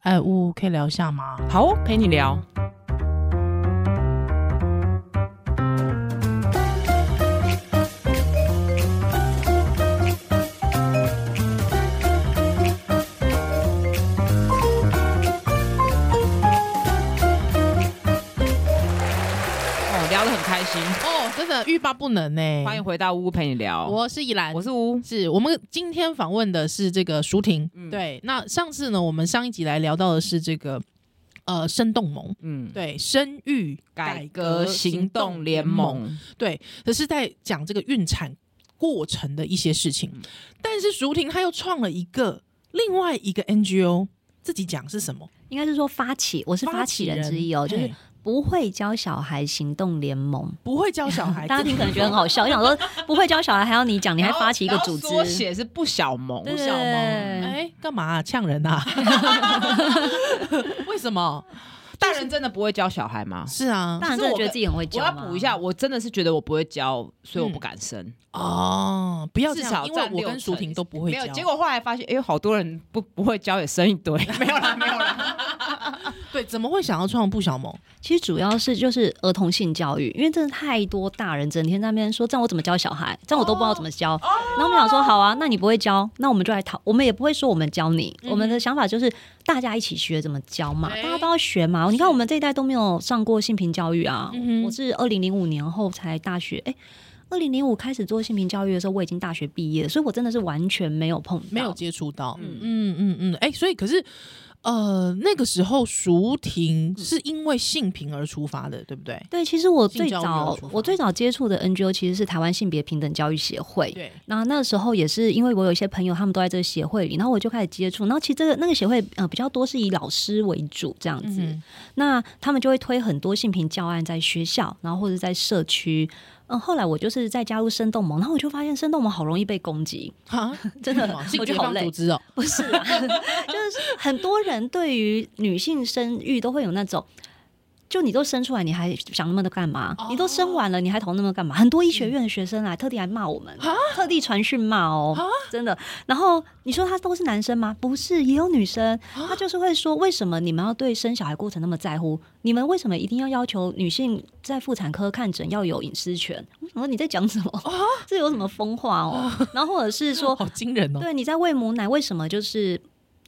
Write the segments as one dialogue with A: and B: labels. A: 哎，呜，可以聊一下吗？
B: 好哦，陪你聊。哦，聊得很开心，
C: 嗯
A: 哦，真的欲罢不能呢、
B: 欢迎回到屋陪你聊。
A: 我是依兰，
B: 我是屋，
A: 是我们今天访问的是这个舒婷。
B: 嗯
A: 对，那上次呢，我们上一集来聊到的是这个呃生动盟，
B: 嗯，
A: 对生育
B: 改革行动联，
A: 嗯
B: 盟，
A: 对，可是在讲这个孕产过程的一些事情。
B: 嗯
A: 但是舒婷她又创了一个另外一个 NGO，自己讲是什么？
C: 应该是说发起，我是发起人之一哦，就是
A: 嘿
C: 不会教小孩行动联盟。
A: 不会教小
B: 哎
A: 孩，
C: 大家听可能 觉得很好笑，我想说不会教小孩还要你讲，你还发起一个组织
B: 然，后缩写是不小盟，
C: 对
B: 不小盟。
A: 哎干嘛啊呛、人啊？为什么？
B: 大人真的不会教小孩吗？
A: 是啊，
C: 大人真的觉得自己很会
B: 我
C: 教
B: 要
C: 吗
B: 补一下，，我真的是觉得我不会教，所以我不敢生。
A: 哦，不要这样，
B: 至少
A: 因为
B: 占
A: 我
B: 六
A: 跟舒
B: 成
A: 婷都不会
B: 没
A: 教。
B: 有，结果后来发现，哎、有好多人不不会教也生一堆， 没有啦，没有啦。
A: 对，怎么会想要创不小萌？
C: 其实主要是就是儿童性教育，因为真的太多大人整天在那边说，这样我怎么教小孩，这样我都不知道怎么教。
A: 哦
C: 然后我们想说，好啊，那你不会教，那我们就来讨，我们也不会说我们教你，
A: 嗯哼
C: 我们的想法就是大家一起学怎么教嘛，
A: 对
C: 大家都要学嘛。你看我们这一代都没有上过性平教育啊，
A: 嗯哼
C: 我是二零零五年后才大学，哎、二零零五开始做性平教育的时候，我已经大学毕业，所以我真的是完全没有碰到，
A: 没有接触到，嗯
B: 嗯
A: 嗯嗯嗯，哎、所以可是。呃，那个时候舒婷是因为性平而出发的，对不对？
C: 对，其实我
A: 性
C: 最
A: 教育有
C: 早
A: 处罚
C: 我最早接触的 NGO 其实是台湾性别平等教育协会。
A: 对，
C: 那那时候也是因为我有一些朋友，他们都在这个协会里，然后我就开始接触。然后其实这个那个协会呃比较多是以老师为主这样子，
A: 嗯
C: 那他们就会推很多性平教案在学校，然后或者在社区。嗯，后来我就是在加入生动盟，然后我就发现生动盟好容易被攻击，
A: 哼，哈，
C: 真的
A: 哇，啊性
C: 我觉
A: 解
C: 得
A: 放
C: 好累
A: 组。织哦，
C: 不是啊， 就是很多人对于女性生育都会有那种。就你都生出来，你还想那么多干嘛？
A: 哦
C: 你都生完了，你还投那么多干嘛？很多医学院的学生来，啊特地来骂我们，特地传讯骂哦，真的。然后你说他都是男生吗？不是，也有女生。他就是会说，为什么你们要对生小孩过程那么在乎？你们为什么一定要要求女性在妇产科看诊要有隐私权？我想说你在讲什么？这有什么疯话哦？然后或者是说，
A: 好惊人哦，
C: 对，你在喂母奶，为什么就是，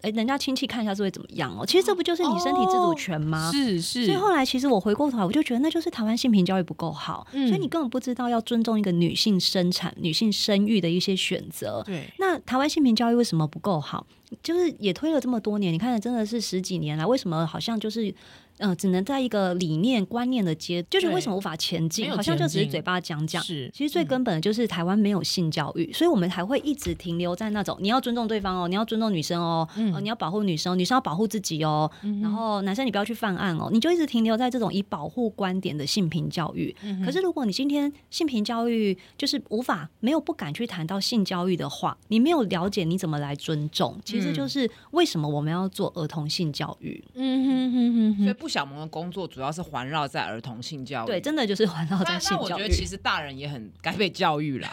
C: 哎，人家亲戚看一下是会怎么样哦？其实这不就是你身体自主权吗？
A: 哦是是，
C: 所以后来，其实我回过头来，我就觉得那就是台湾性平教育不够好，
A: 嗯
C: 所以你根本不知道要尊重一个女性生产、女性生育的一些选择。
A: 对，
C: 那台湾性平教育为什么不够好？就是也推了这么多年，你看，真的是十几年来，为什么好像就是，呃，只能在一个理念观念的阶，就是
A: 对
C: 为什么无法前
A: 没
C: 进？
A: 有
C: 好像就
A: 前
C: 只是
A: 进
C: 嘴巴讲讲，
A: 是，嗯
C: 其实最根本的就是台湾没有性教育，所以我们才会一直停留在那种你要尊重对方哦，你要尊重女生哦，
A: 嗯
C: 呃你要保护女生哦，女生要保护自己哦，
A: 嗯哼
C: 然后男生你不要去犯案哦，你就一直停留在这种以保护观点的性平教育。
A: 嗯哼
C: 可是如果你今天性平教育就是无法没有不敢去谈到性教育的话，你没有了解你怎么来尊重，其实就是为什么我们要做儿童性教育？
A: 嗯哼哼哼
B: 所以
A: 哼，
B: 不小盟的工作主要是环绕在儿童性教育。
C: 对，真的就是环绕在
B: 但
C: 性
B: 但我
C: 教
B: 觉得
C: 育。
B: 其实大人也很该被教育 啦。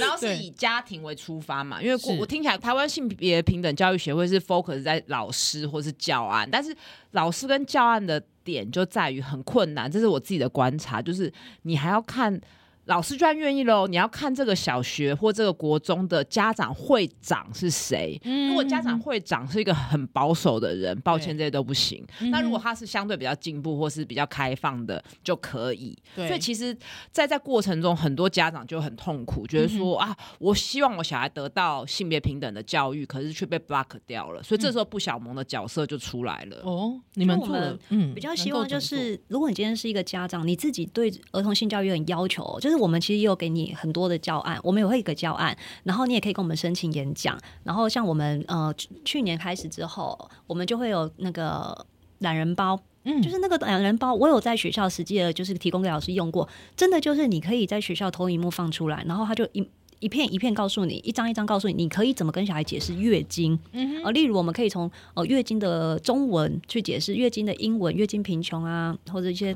B: 然后是
A: 对
B: 以家庭为出发嘛，因为我
A: 是
B: 我听起来台湾性别平等教育协会是 focus 在老师或是教案，但是老师跟教案的点就在于很困难，这是我自己的观察，就是你还要看。老师居然愿意喽！你要看这个小学或这个国中的家长会长是谁。如果家
A: 嗯
B: 长会长是一个很保守的人，抱歉，这些都不行。那如果他是相对比较进步或是比较开放的，就可以。
A: 对
B: 所以其实，在在过程中，很多家长就很痛苦，觉得说、啊，我希望我小孩得到性别平等的教育，可是却被 block 掉了。所以这时候不小萌的角色就出来了。
A: 哦，你们
C: 就我
A: 做了
C: 们，
A: 嗯，
C: 比较
A: 能
C: 希
A: 够
C: 望就
A: 怎么
C: 是，如果你今天是一个家长，你自己对儿童性教育很要求哦，就是我们其实也有给你很多的教案，我们也会给教案，然后你也可以跟我们申请演讲，然后像我们呃去去年开始之后，我们就会有那个。懒人包
A: 做，嗯，
C: 就是那个懒人包，我有在学校实际的，就是提供给老师用过。真的就是你可以在学校投影幕放出来，然后他就一一片一片告诉你，一张一张告诉你，你可以怎么跟小孩解释月经，
A: 嗯哼
C: 呃，例如我们可以从呃月经的中文去解释月经的英文、月经贫穷啊，或者一些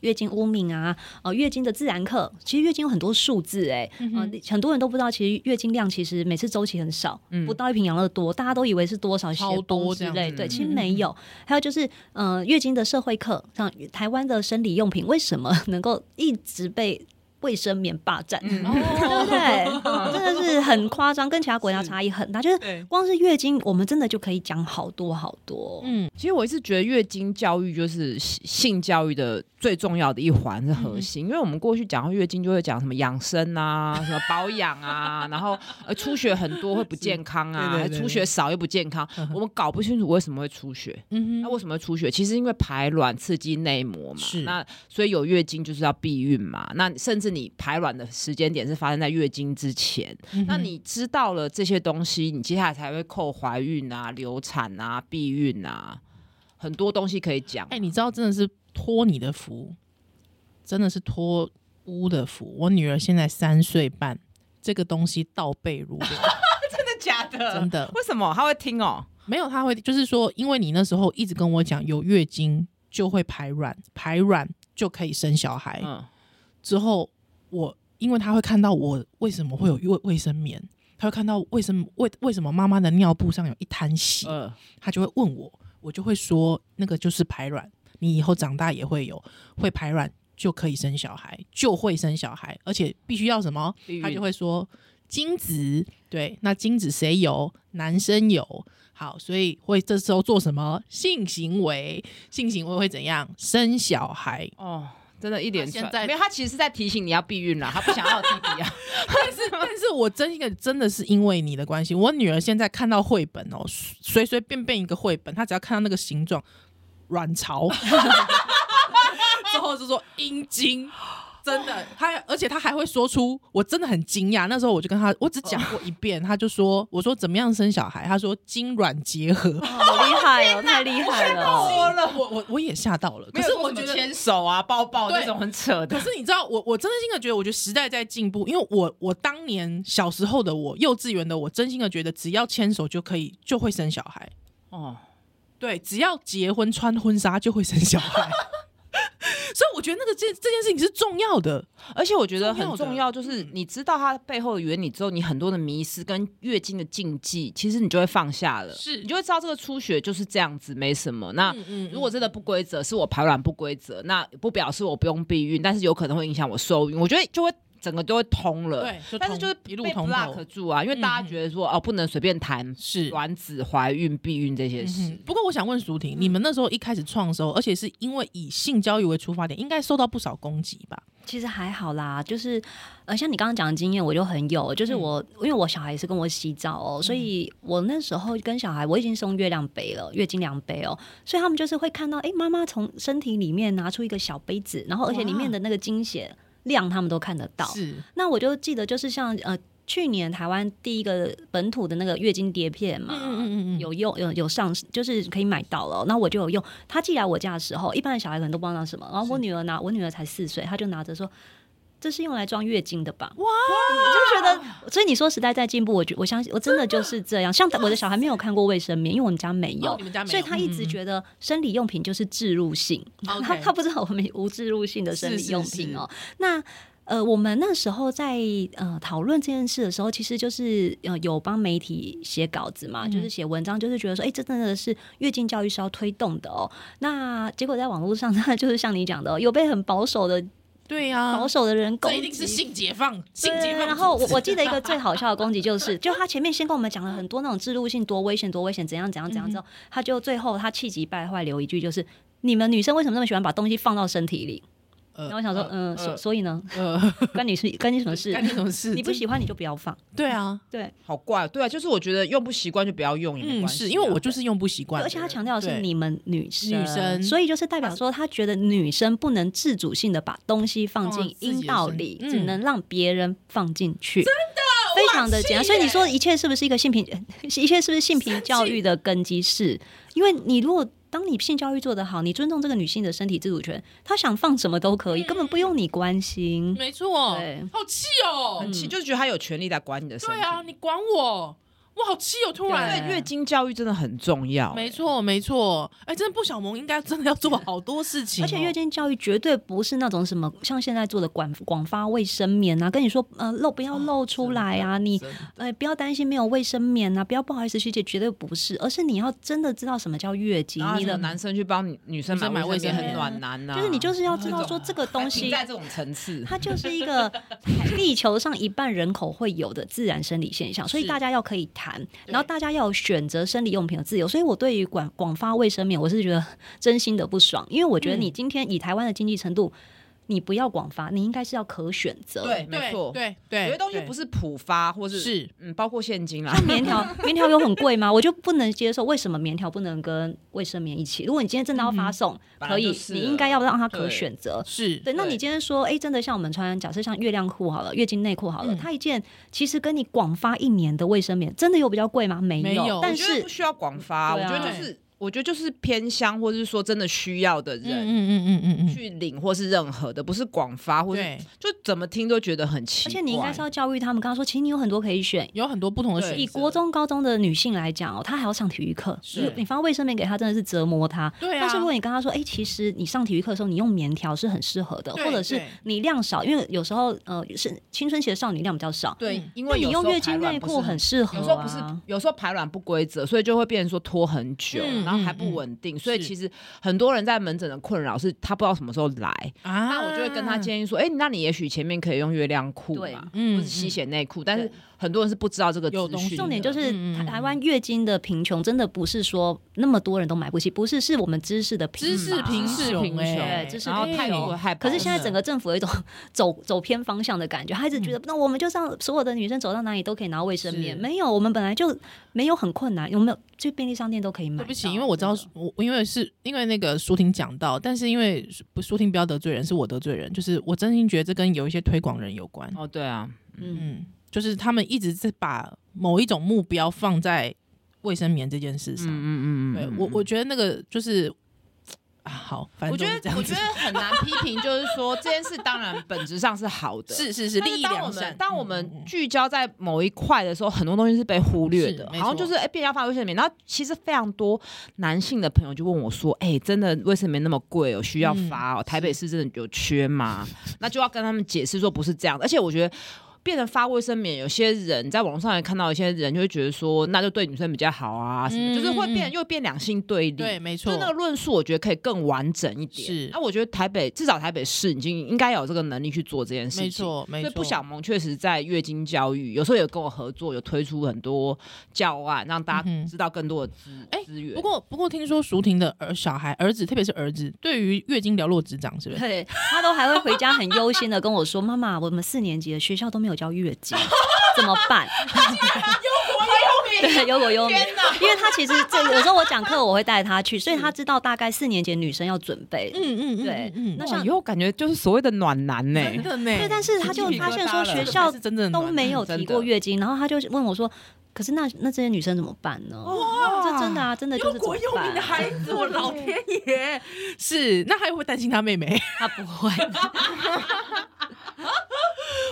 C: 月经污名啊，呃，月经的自然课，其实月经有很多数字哎、
A: 嗯
C: 呃很多人都不知道，其实月经量其实每次周期很少，不到一瓶养乐多，大家都以为是多少
A: 嗯
C: 血
A: 超
C: 崩
A: 多这
C: 之
A: 样
C: 类，
A: 子嗯
C: 对，其实没有。还有就是，呃，月经的社会课，像台湾的生理用品为什么能够一直被卫生棉霸占？
A: 嗯
C: 对不对？真的 是很夸张，跟其他国家差异很大。就是
A: 对，
C: 光是月经，我们真的就可以讲好多好多。
A: 嗯，
B: 其实我一直觉得月经教育就是性性教育的最重要的一环是
A: 嗯
B: 核心，因为我们过去讲到月经就会讲什么养生啊、什么保养啊，然后呃出血很多会不健康啊，
A: 对对对
B: 还出血少又不健康，我们搞不清楚为什么会出血。
A: 嗯
B: 那
A: 哼，
B: 为什么会出血？其实因为排卵刺激内膜嘛
A: 是，
B: 那所以有月经就是要避孕嘛。那甚至你排卵的时间点是发生在月经之前，
A: 嗯
B: 那你知道了这些东西，你接下来才会扣怀孕啊、流产啊、避孕啊，很多东西可以讲。
A: 哎、你知道真的是托你的福，真的是托屋的福。我女儿现在三岁半，这个东西倒背如流，
B: 真的假的
A: 真的
B: 为什么他会听哦？
A: 没有她会就是说，因为你那时候一直跟我讲有月经就会排卵，排卵就可以生小孩，
B: 嗯，
A: 之后，我因为他会看到我为什么会有卫卫生棉，他会看到为什么为为什么妈妈的尿布上有一滩血，
B: 呃，
A: 他就会问我，我就会说那个就是排卵，你以后长大也会有，会排卵就可以生小孩，就会生小孩，而且必须要什么
B: 避孕，
A: 他就会说精子，对，那精子谁有？男生有。好，所以会这时候做什么性行为？性行为会怎样？生小孩。
B: 哦。真的，一连串
A: 现在
B: 没有，他其实是在提醒你要避孕啦，他不想要有弟弟 啊。
A: 但是我真一个真的是因为你的关系，我女儿现在看到绘本哦，随随便便一个绘本，她只要看到那个形状，卵巢， 之后就说阴茎。真的，她而且她还会说出，我真的很惊讶。那时候我就跟她，我只讲过一遍，她就说，我说怎么样生小孩，她说精卵结合，
C: 哦好厉害 哦，太厉害了！
B: 了，
A: 我我我也吓到了。可
B: 可
A: 是
B: 是
A: 我
B: 我
A: 觉得
B: 觉得牵手啊、抱抱
A: 对
B: 这种很扯
A: 可。
B: 的
A: 是你知道，我我真心的觉得，我觉得时代在进步，因为我我当年小时候的我，幼稚园的我，真心的觉得，只要牵手就可以就会生小孩，
B: 哦，
A: 对，只要结婚穿婚纱就会生小孩。 所以我觉得那个这这件事情是重要的，嗯
B: 而且我觉得很
A: 重
B: 重
A: 要
B: 要，就是
C: 嗯
B: 你知道它背后的原理之后，你很多的迷失跟月经的禁忌，其实你就会放下了，
A: 是
B: 你就会知道这个出血就是这样子，没什么。那
A: 嗯嗯嗯
B: 如果真的不规则，是我排卵不规则，那不表示我不用避孕，但是有可能会影响我受孕，我觉得就会整个都会通了。
A: 对就通
B: 但是就是
A: 一路
B: 被
A: 通透嗯
B: block 住啊，因为大家觉得说哦，不能随便谈
A: 是
B: 卵子、怀孕、避孕这些事
A: 嗯。不过我想问舒婷，你们那时候一开始创的时候，而且是因为以性交易为出发点，应该受到不少攻击吧？
C: 其实还好啦，就是呃，像你刚刚讲的经验，我就很有，就是我、因为我小孩也是跟我洗澡哦，所以我那时候跟小孩我已经送月亮杯了，月经量杯哦，所以他们就是会看到，哎、妈妈从身体里面拿出一个小杯子，然后而且里面的那个经血量他们都看得到，
A: 是，
C: 那我就记得就是像呃。去年台湾第一个本土的那个月经碟片嘛，
A: 嗯嗯嗯嗯
C: 有用有有上，就是可以买到了。那我就有用。他寄来我家的时候，一般的小孩可能都不知道那是什么。然后我女儿拿，我女儿才四岁，她就拿着说：“这是用来装月经的吧？”哇，你就觉得，所以你说时代在进步，我觉我相信，我真的就是这样。像我的小孩没有看过卫生棉，因为我们家没有，
A: 哦你们家没有
C: 所以他一直觉得生理用品就是置入性，
A: OK
C: 他他不知道我们无置入性的生理
A: 是是
C: 用品哦。那呃，我们那时候在呃讨论这件事的时候，其实就是呃有帮媒体写稿子嘛，
A: 嗯
C: 就是写文章，就是觉得说，哎、这真的是月经教育是要推动的哦。那结果在网络上， 那就是像你讲的哦、有被很保守的
A: 对呀、
C: 保守的人攻
A: 这啊
C: 击，
A: 一定是性解放，性
C: 对，啊
A: 解放组织。
C: 然后我我记得一个最好笑的攻击就是，就他前面先跟我们讲了很多那种制度性多危险多危险怎样怎样怎样之后，他就最后他气急败坏留一句就是：你们女生为什么那么喜欢把东西放到身体里？
A: 呃
C: 然后我想说，嗯，所所以呢，
A: 呃，
C: 关你是关你什 么 事
A: 干？那种事，
C: 你不喜欢你就不要放。
A: 对啊，
C: 对，
B: 好怪，对啊，就是我觉得用不习惯就不要用也没
A: 嗯，
B: 关系啊、
A: 是因为我就是用不习惯的人，
C: 而且他强调的是
A: 对
C: 你们女生，
A: 女生
C: 所以就是代表说他觉得女生不能自主性的把东西放进
A: 哦自己的
C: 阴道里，
A: 身体
C: 只
A: 嗯
C: 能让别人放进去。真的。非常的简单，所以你说一切是不是一个性平， 一切是不是性平教育的根基是？因为你如果当你性教育做得好，你尊重这个女性的身体自主权，她想放什么都可以，根本不用你关心。
A: 没错
C: 对，
A: 好气哦
B: 嗯
A: 啊
B: 很气，就是觉得他有权利来管你的身体。
A: 对啊，你管我，我好气哦！突然，
B: 对月经教育真的很重要、
A: 没错没错，哎，真的不小萌应该真的要做好多事情哦，
C: 而且月经教育绝对不是那种什么像现在做的广广发卫生棉啊，跟你说呃露不要露出来啊，你
A: 哦真的
C: 呃不要担心没有卫生棉啊，不要不好意思学姐，绝对不是，而是你要真的知道什么叫月经
B: 然，后
C: 你的
B: 的男生去帮女女生
A: 女生买
B: 买卫生
A: 卫生
B: 棉啊
A: 棉
B: 很暖男呐、
C: 就是你就是要知道
B: 这
C: 说
B: 种
C: 这个
B: 还
C: 东
B: 停
C: 西
B: 在这种层次，
C: 它就是 一个地球上一半人口会有的自然生理现象，所以
A: 是
C: 大家要可以谈，
A: 对
C: 然后大家要有选择生理用品的自由。所以我对于广广发卫生棉，我是觉得真心的不爽，因为我觉得你今天以台湾的经济程度，你不要广发，你应该是要可选择。
B: 对，呃没
A: 对
B: 错，
A: 对对，
B: 有些东西
A: 对
B: 不是普发，或是
A: 是
B: 嗯，包括现金啦，
C: 棉条， 棉条有很贵吗？我就不能接受。为什么棉条不能跟卫生棉一起？如果你今天真的要发送，
B: 嗯本来
C: 可以
B: 就，是
C: 你
B: 了
C: 应该要让它可
B: 对
C: 选择。
A: 是
C: 对，那你
B: 对
C: 今天说，哎，真的像我们穿，假设像月亮裤好了，月经内裤好了，
A: 嗯
C: 它一件其实跟你广发一年的卫生棉，真的有比较贵吗？没
A: 没有
C: 但
B: 我觉得
C: 是
B: 不需要广发，
C: 对
B: 我
C: 啊
B: 觉得就是我觉得就是偏乡，或是说真的需要的
A: 嗯
B: 人。
A: 嗯嗯嗯嗯嗯，
B: 去领或是任何的，不是广发或是
A: 对，
B: 就怎么听都觉得很奇
C: 而
B: 怪。
C: 且你应该是要教育他们，刚刚说，其实你有很多可以选。
A: 有很多不同的
B: 对
A: 选
C: 以
A: 择，
C: 国中、高中的女性来讲哦，她还要上体育课，
A: 是
C: 你你发卫生棉给她真的是折磨她。
A: 对啊，
C: 但是如果你跟她说，哎、其实你上体育课的时候，你用棉条是很适合的，
A: 对
C: 或者是
A: 对
C: 你量少，因为有时候呃是青春期的少女量比较少，
B: 对
A: 嗯，
B: 因
C: 那
B: 为
C: 你
B: 有时
C: 用
B: 候
C: 月
B: 排
C: 经
B: 卵
C: 内
B: 不是
C: 裤很适合、啊，
B: 有时候不是，有时候排卵不规则，所以就会变成说拖很久，
A: 嗯
B: 然后还
A: 嗯
B: 不
A: 嗯
B: 稳定。所以
A: 是
B: 其实很多人在门诊的困扰是他不知道什么时候来，
A: 啊，
B: 那我就会跟他建议说，哎、那你也许前面可以用月亮裤
C: 对
B: 嘛，
A: 嗯，嗯，
B: 或是吸血内裤，但是
C: 对
B: 很多人是不知道这个
A: 有
B: 资
A: 东西
B: 讯的。
C: 重点就是
A: 嗯嗯
C: 台
A: 嗯
C: 台湾月经的贫穷，真的不是说那么多人都买不起，不是是我们知识的贫
A: 知识
C: 乏
A: 贫
B: 知识
A: 穷
B: 贫
A: 欸
B: 穷
C: 对嗯知识
B: 然后
A: 贫
B: 太
A: 穷
B: 多害怕
C: 可
B: 了。
C: 是现在整个政府有一种 走走偏方向的感觉，他一直觉得、那我们就是要所有的女生走到哪里都可以拿卫生
A: 嗯
C: 棉，
A: 是
C: 没有，我们本来就没有很困难，有没有？就便利商店都可以买到。
A: 对不起，因为我知道
C: 真的
A: 我，因为是因为那个舒婷讲到，但是因为不舒婷不要得罪人，是我得罪人，就是我真心觉得这跟有一些推广人有关，
B: 哦，对啊，
C: 嗯，
A: 嗯，就是他们一直在把某一种目标放在卫生棉这件事
B: 嗯
A: 上，
B: 嗯嗯嗯，
A: 对
B: 嗯
A: 我我
B: 嗯
A: 觉得那个就是啊，好，反
B: 我
A: 正
B: 觉
A: 就是这
B: 得
A: 样
B: 我觉
A: 子
B: 得很难批评，就是说这件事当然本质上是好的，
A: 是是是
B: 但是
A: 利益
B: 当我
A: 良
B: 们
A: 善，
B: 当我
A: 嗯嗯
B: 们
A: 嗯
B: 聚焦在某一块的时候，很多东西是被忽略的
A: 是，没
B: 好像
A: 错
B: 就是哎，便要发卫生棉。然后其实非常多男性的朋友就问我说：“哎，真的卫生棉那么贵哦，需要发
A: 嗯
B: 哦？台北市真的有缺吗？”那就要跟他们解释说不是这样的，而且我觉得。变成发卫生棉，有些人在网络上也看到，有些人就会觉得说，那就对女生比较好啊，什
A: 嗯
B: 么，就是会
A: 嗯嗯
B: 变又变两性对立。
A: 对，没
B: 就
A: 错，
B: 那个论述，我觉得可以更完整一点。
A: 是
B: 那、我觉得台北至少台北市已经应该有这个能力去做这件事情。
A: 没，错，没
B: 所以
A: 错，
B: 不小萌确实在月经教育，有时候有跟我合作，有推出很多教案，让大
A: 嗯
B: 家
A: 哼
B: 知道更多的资
A: 哎
B: 资源。
A: 不过，不过听说舒婷的儿小孩儿子，特别是儿子，对于月经寥落指掌，是
B: 嗯
A: 不是？
C: 对他都还会回家很忧心的跟我说：“妈妈，我们四年级的学校都没有教月经，怎么办？”对，忧国忧民，因为他其实这有时候我讲课我会带他去，所以他知道大概四年级的女生要准备。
A: 嗯嗯嗯，
C: 对
A: 嗯
B: 那
C: 那
A: 嗯
C: 像
B: 像又感觉就是所谓的暖男呢、
A: 真的呢，
C: 对，但是他就
B: 鸡皮疙瘩
C: 发现说
B: 了
C: 学
A: 这
C: 校
A: 才是真正的
C: 都
A: 暖
C: 没有
B: 真
C: 提
B: 的
C: 过月经，然后他就问我说：“可是那那这些女生怎么办呢？”这真的啊，真的就是怎么办？
A: 孩子，我老天爷！是，那还会不会担心他妹妹？
C: 他不会，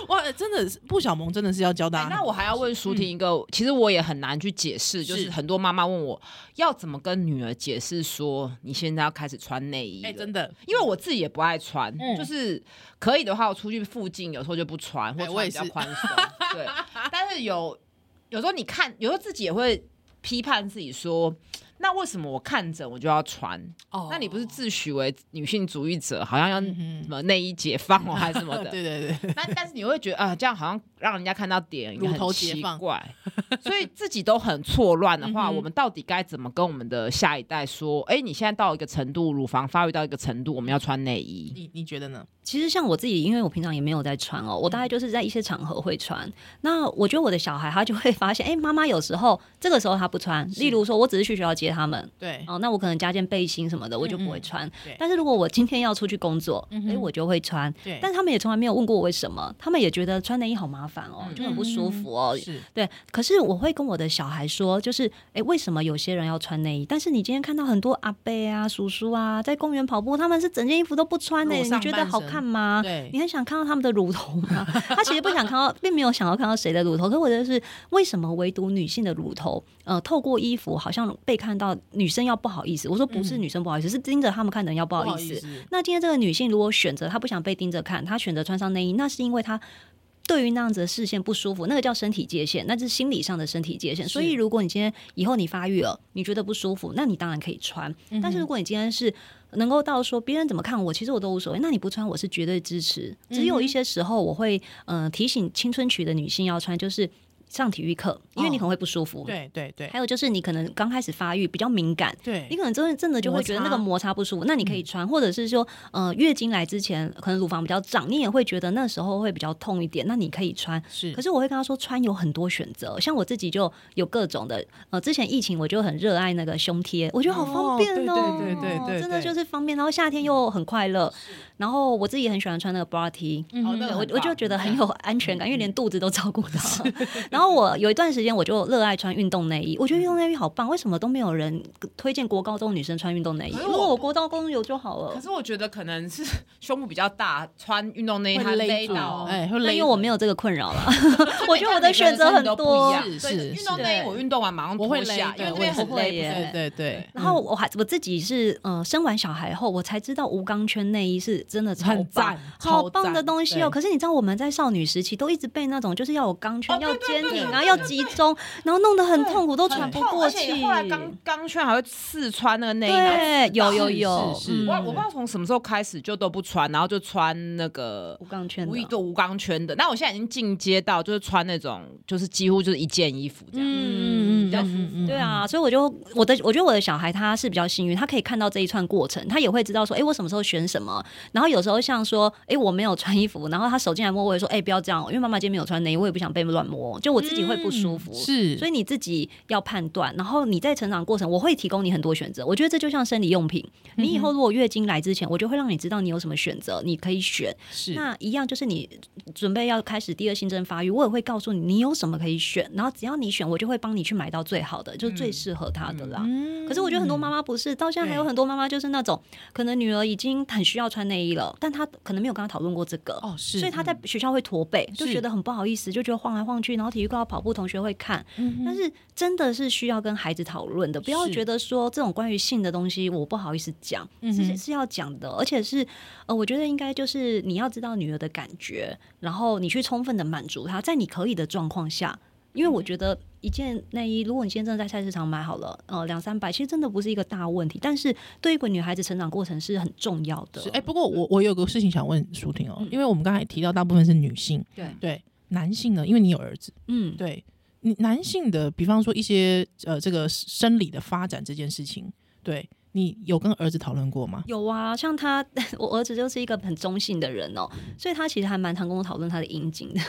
A: 哇，真的是不小萌，真的是要教大
B: 哎
A: 家。
B: 那我还要问舒婷一个，其实我也很难去解释，就是
A: 是
B: 很多妈妈问我要怎么跟女儿解释说你现在要开始穿内衣了。
A: 哎，真的，
B: 因为我自己也不爱穿，
A: 嗯
B: 就是可以的话，我出去附近有时候就不穿，或
A: 哎
B: 穿
A: 我也
B: 比较
A: 是
B: 宽松。对，但是有有时候你看，有时候自己也会批判自己说，那为什么我看着我就要穿？
A: 哦
B: 那你不是自诩为女性主义者，好像要
A: 嗯
B: 什
A: 哼
B: 么内衣解放哦，还是什么 的？
A: 对对对，
B: 但但是你会觉得啊、这样好像让人家看到点也
A: 乳头
B: 很
A: 解
B: 奇
A: 放
B: 怪，所以自己都很错乱的话，
A: 嗯哼
B: 我们到底该怎么跟我们的下一代说？哎、你现在到一个程度，乳房发育到一个程度，我们要穿内衣。
A: 你你觉得呢？
C: 其实像我自己，因为我平常也没有在穿哦，我大概
A: 嗯
C: 就是在一些场合会穿。那我觉得我的小孩他就会发现，哎、妈妈有时候这个时候他不穿，例如说我只是去学校接接他们。
A: 对，
C: 哦，那我可能加件背心什么的，我就不
A: 嗯
C: 会
A: 嗯
C: 穿
A: 对。
C: 但是如果我今天要出去工作，
A: 嗯
C: 哎，
A: 哼
C: 我就会穿。
A: 对，
C: 但他们也从来没有问过我为什么，他们也觉得穿内衣好麻烦哦，
B: 嗯
C: 就很不舒服哦。
A: 是
C: 对，可是我会跟我的小孩说，就是哎，为什么有些人要穿内衣？但是你今天看到很多阿伯啊、叔叔啊，在公园跑步，他们是整件衣服都不穿的，
A: 裸
C: 你
A: 上
C: 觉得
A: 半
C: 好
A: 身
C: 看吗？
A: 对
C: 你很想看到他们的乳头吗？ 他其实不想看到，并没有想要看到谁的乳头。可我觉得是为什么唯独女性的乳头，呃，透过衣服好像被看到，女生要不好意思。我说不是
A: 嗯
C: 女生不好意思，是盯着他们看的人要不好意思。
A: 思，
C: 那今天这个女性如果选择她不想被盯着看，她选择穿上内衣，那是因为她。对于那样子的视线不舒服，那个叫身体界限，那是心理上的身体界限。
A: 是
C: 所以，如果你今天以后你发育了，你觉得不舒服，那你当然可以穿。
A: 嗯
C: 但是，如果你今天是能够到说别人怎么看我，其实我都无所谓，那你不穿我是绝对支持。只有一些时候，我会嗯、呃提醒青春期的女性要穿，就是上体育课，因为你
A: 哦
C: 可能会不舒服。
A: 对对对
C: 还有就是你可能刚开始发育比较敏感，你
A: 对，
C: 可能真的真的就会觉得那个摩擦不舒服，那你可
A: 嗯
C: 以穿，或者是说，呃，月经来之前可能乳房比较胀，你也会觉得那时候会比较痛一点，那你可以穿。
A: 是
C: 可是我会跟他说，穿有很多选择，像我自己就有各种的。呃，之前疫情我就很热爱那个胸贴，我觉得好方便哦，
A: 哦对对对对对
C: 真的
A: 对
C: 就是方便。然后夏天又很快乐，然后我自己也很喜欢穿那个 bra T，
B: 嗯
A: 哦那
C: 对
A: 个
C: 我
A: 很
C: 我就
A: 棒
C: 觉得很有安全感，因为连肚子都照顾 到。然后我有一段时间我就热爱穿运动内衣，我觉得运
B: 嗯
C: 动内衣好棒，为什么都没有人推荐国高中女生穿运动内衣？
B: 可是
C: 如
B: 我
C: 果我国高中有就好
B: 可
C: 了。
B: 是我觉得可能是 胸部比较大，穿运动内衣它
A: 会勒
B: 勒
A: 住
B: 到，哦
A: 哎，会
C: 那
A: 勒
C: 因为我
A: 住
C: 没有这个困扰了，哦我觉得我的选择很多。
B: 对
A: 是是
B: 运动内衣
C: 是
B: 我运动完马上
A: 我
B: 脱
A: 会勒
B: 下，，因
A: 对
B: 为这
A: 我也是
B: 边很
C: 累
A: 会
C: 耶
A: 对对对，
C: 然
B: 嗯
C: 后我还我自己是呃生完小孩后，我才知道无钢圈内衣是真的超
A: 很
C: 棒
A: 赞，
C: 好
A: 超
C: 棒的
A: 赞
C: 东西
A: 对
C: 哦。可是你知道我们在少女时期都一直被那种就是要有钢圈、
B: 哦对
C: 要
B: 对
C: 坚
B: 对
C: 挺，
B: 对
C: 然后
B: 对
C: 要
B: 对
C: 集中，然后弄得很痛苦，都
A: 很
C: 喘不
B: 痛
C: 过
B: 而且
C: 气。
B: 后来钢钢圈还会刺穿那个内衣，然后
C: 对，有有
A: 是
C: 有，
A: 是是
C: 嗯
B: 我我不知道从什么时候开始就都不穿，然后就穿那个
C: 无钢圈的
B: 无一个无钢圈的。那我现在已经进阶到就是穿那种就是几乎就是一件衣服这样。
A: 嗯嗯嗯
B: 比较舒
A: 嗯嗯，
C: 对啊，所以我就我的我觉得我的小孩他是比较幸运，他可以看到这一串过程，他也会知道说，哎、我什么时候选什么。然后有时候像说，哎、我没有穿衣服，然后他手进来摸，我也说，哎、不要这样，因为妈妈今天没有穿内衣，我也不想被乱摸，就我自己会不舒服。
A: 是，
C: 所
A: 以
C: 以你自己要判断，然后你在成长过程，我会提供你很多选择。我觉得这就像生理用品，
A: 嗯
C: 你以后如果月经来之前，我就会让你知道你有什么选择，你可以选。
A: 是
C: 那一样就是你准备要开始第二性征发育，我也会告诉你你有什么可以选，然后只要你选，我就会帮你去买到最好的，就是最适合他的啦。
A: 嗯
C: 可是我觉得很多妈妈不是，到现在还有
A: 对
C: 很多妈妈就是那种，可能女儿已经很需要穿内衣了，但她可能没有跟她讨论过这个，
A: 哦是，
C: 所以她在学校会驼背，就觉
A: 是
C: 得很不好意思，就觉得晃来晃去，然后体育课要跑步，同学会看，
A: 嗯哼
C: 但是真的是需要跟孩子讨论的，不要
A: 是
C: 觉得说这种关于性的东西我不好意思讲，
A: 嗯
C: 是
A: 哼
C: 是要讲的，而且是呃，我觉得应该就是你要知道女儿的感觉，然后你去充分的满足她，在你可以的状况下。
A: 嗯
C: 因为我觉得一件内衣，如果你现在真的在菜市场买好了，呃，两三百，其实真的不是一个大问题。但是对于一个女孩子成长过程是很重要的。
A: 是哎、不过我我有个事情想问舒婷哦、因为我们刚才提到大部分是女性，
B: 对
A: 对，男性呢，因为你有儿子，
C: 嗯，
A: 对，你男性的，比方说一些呃这个生理的发展这件事情，对你有跟儿子讨论过吗？
C: 有啊，像他， 我儿子就是一个很中性的人哦、所以他其实还蛮常跟我讨论他的阴茎的。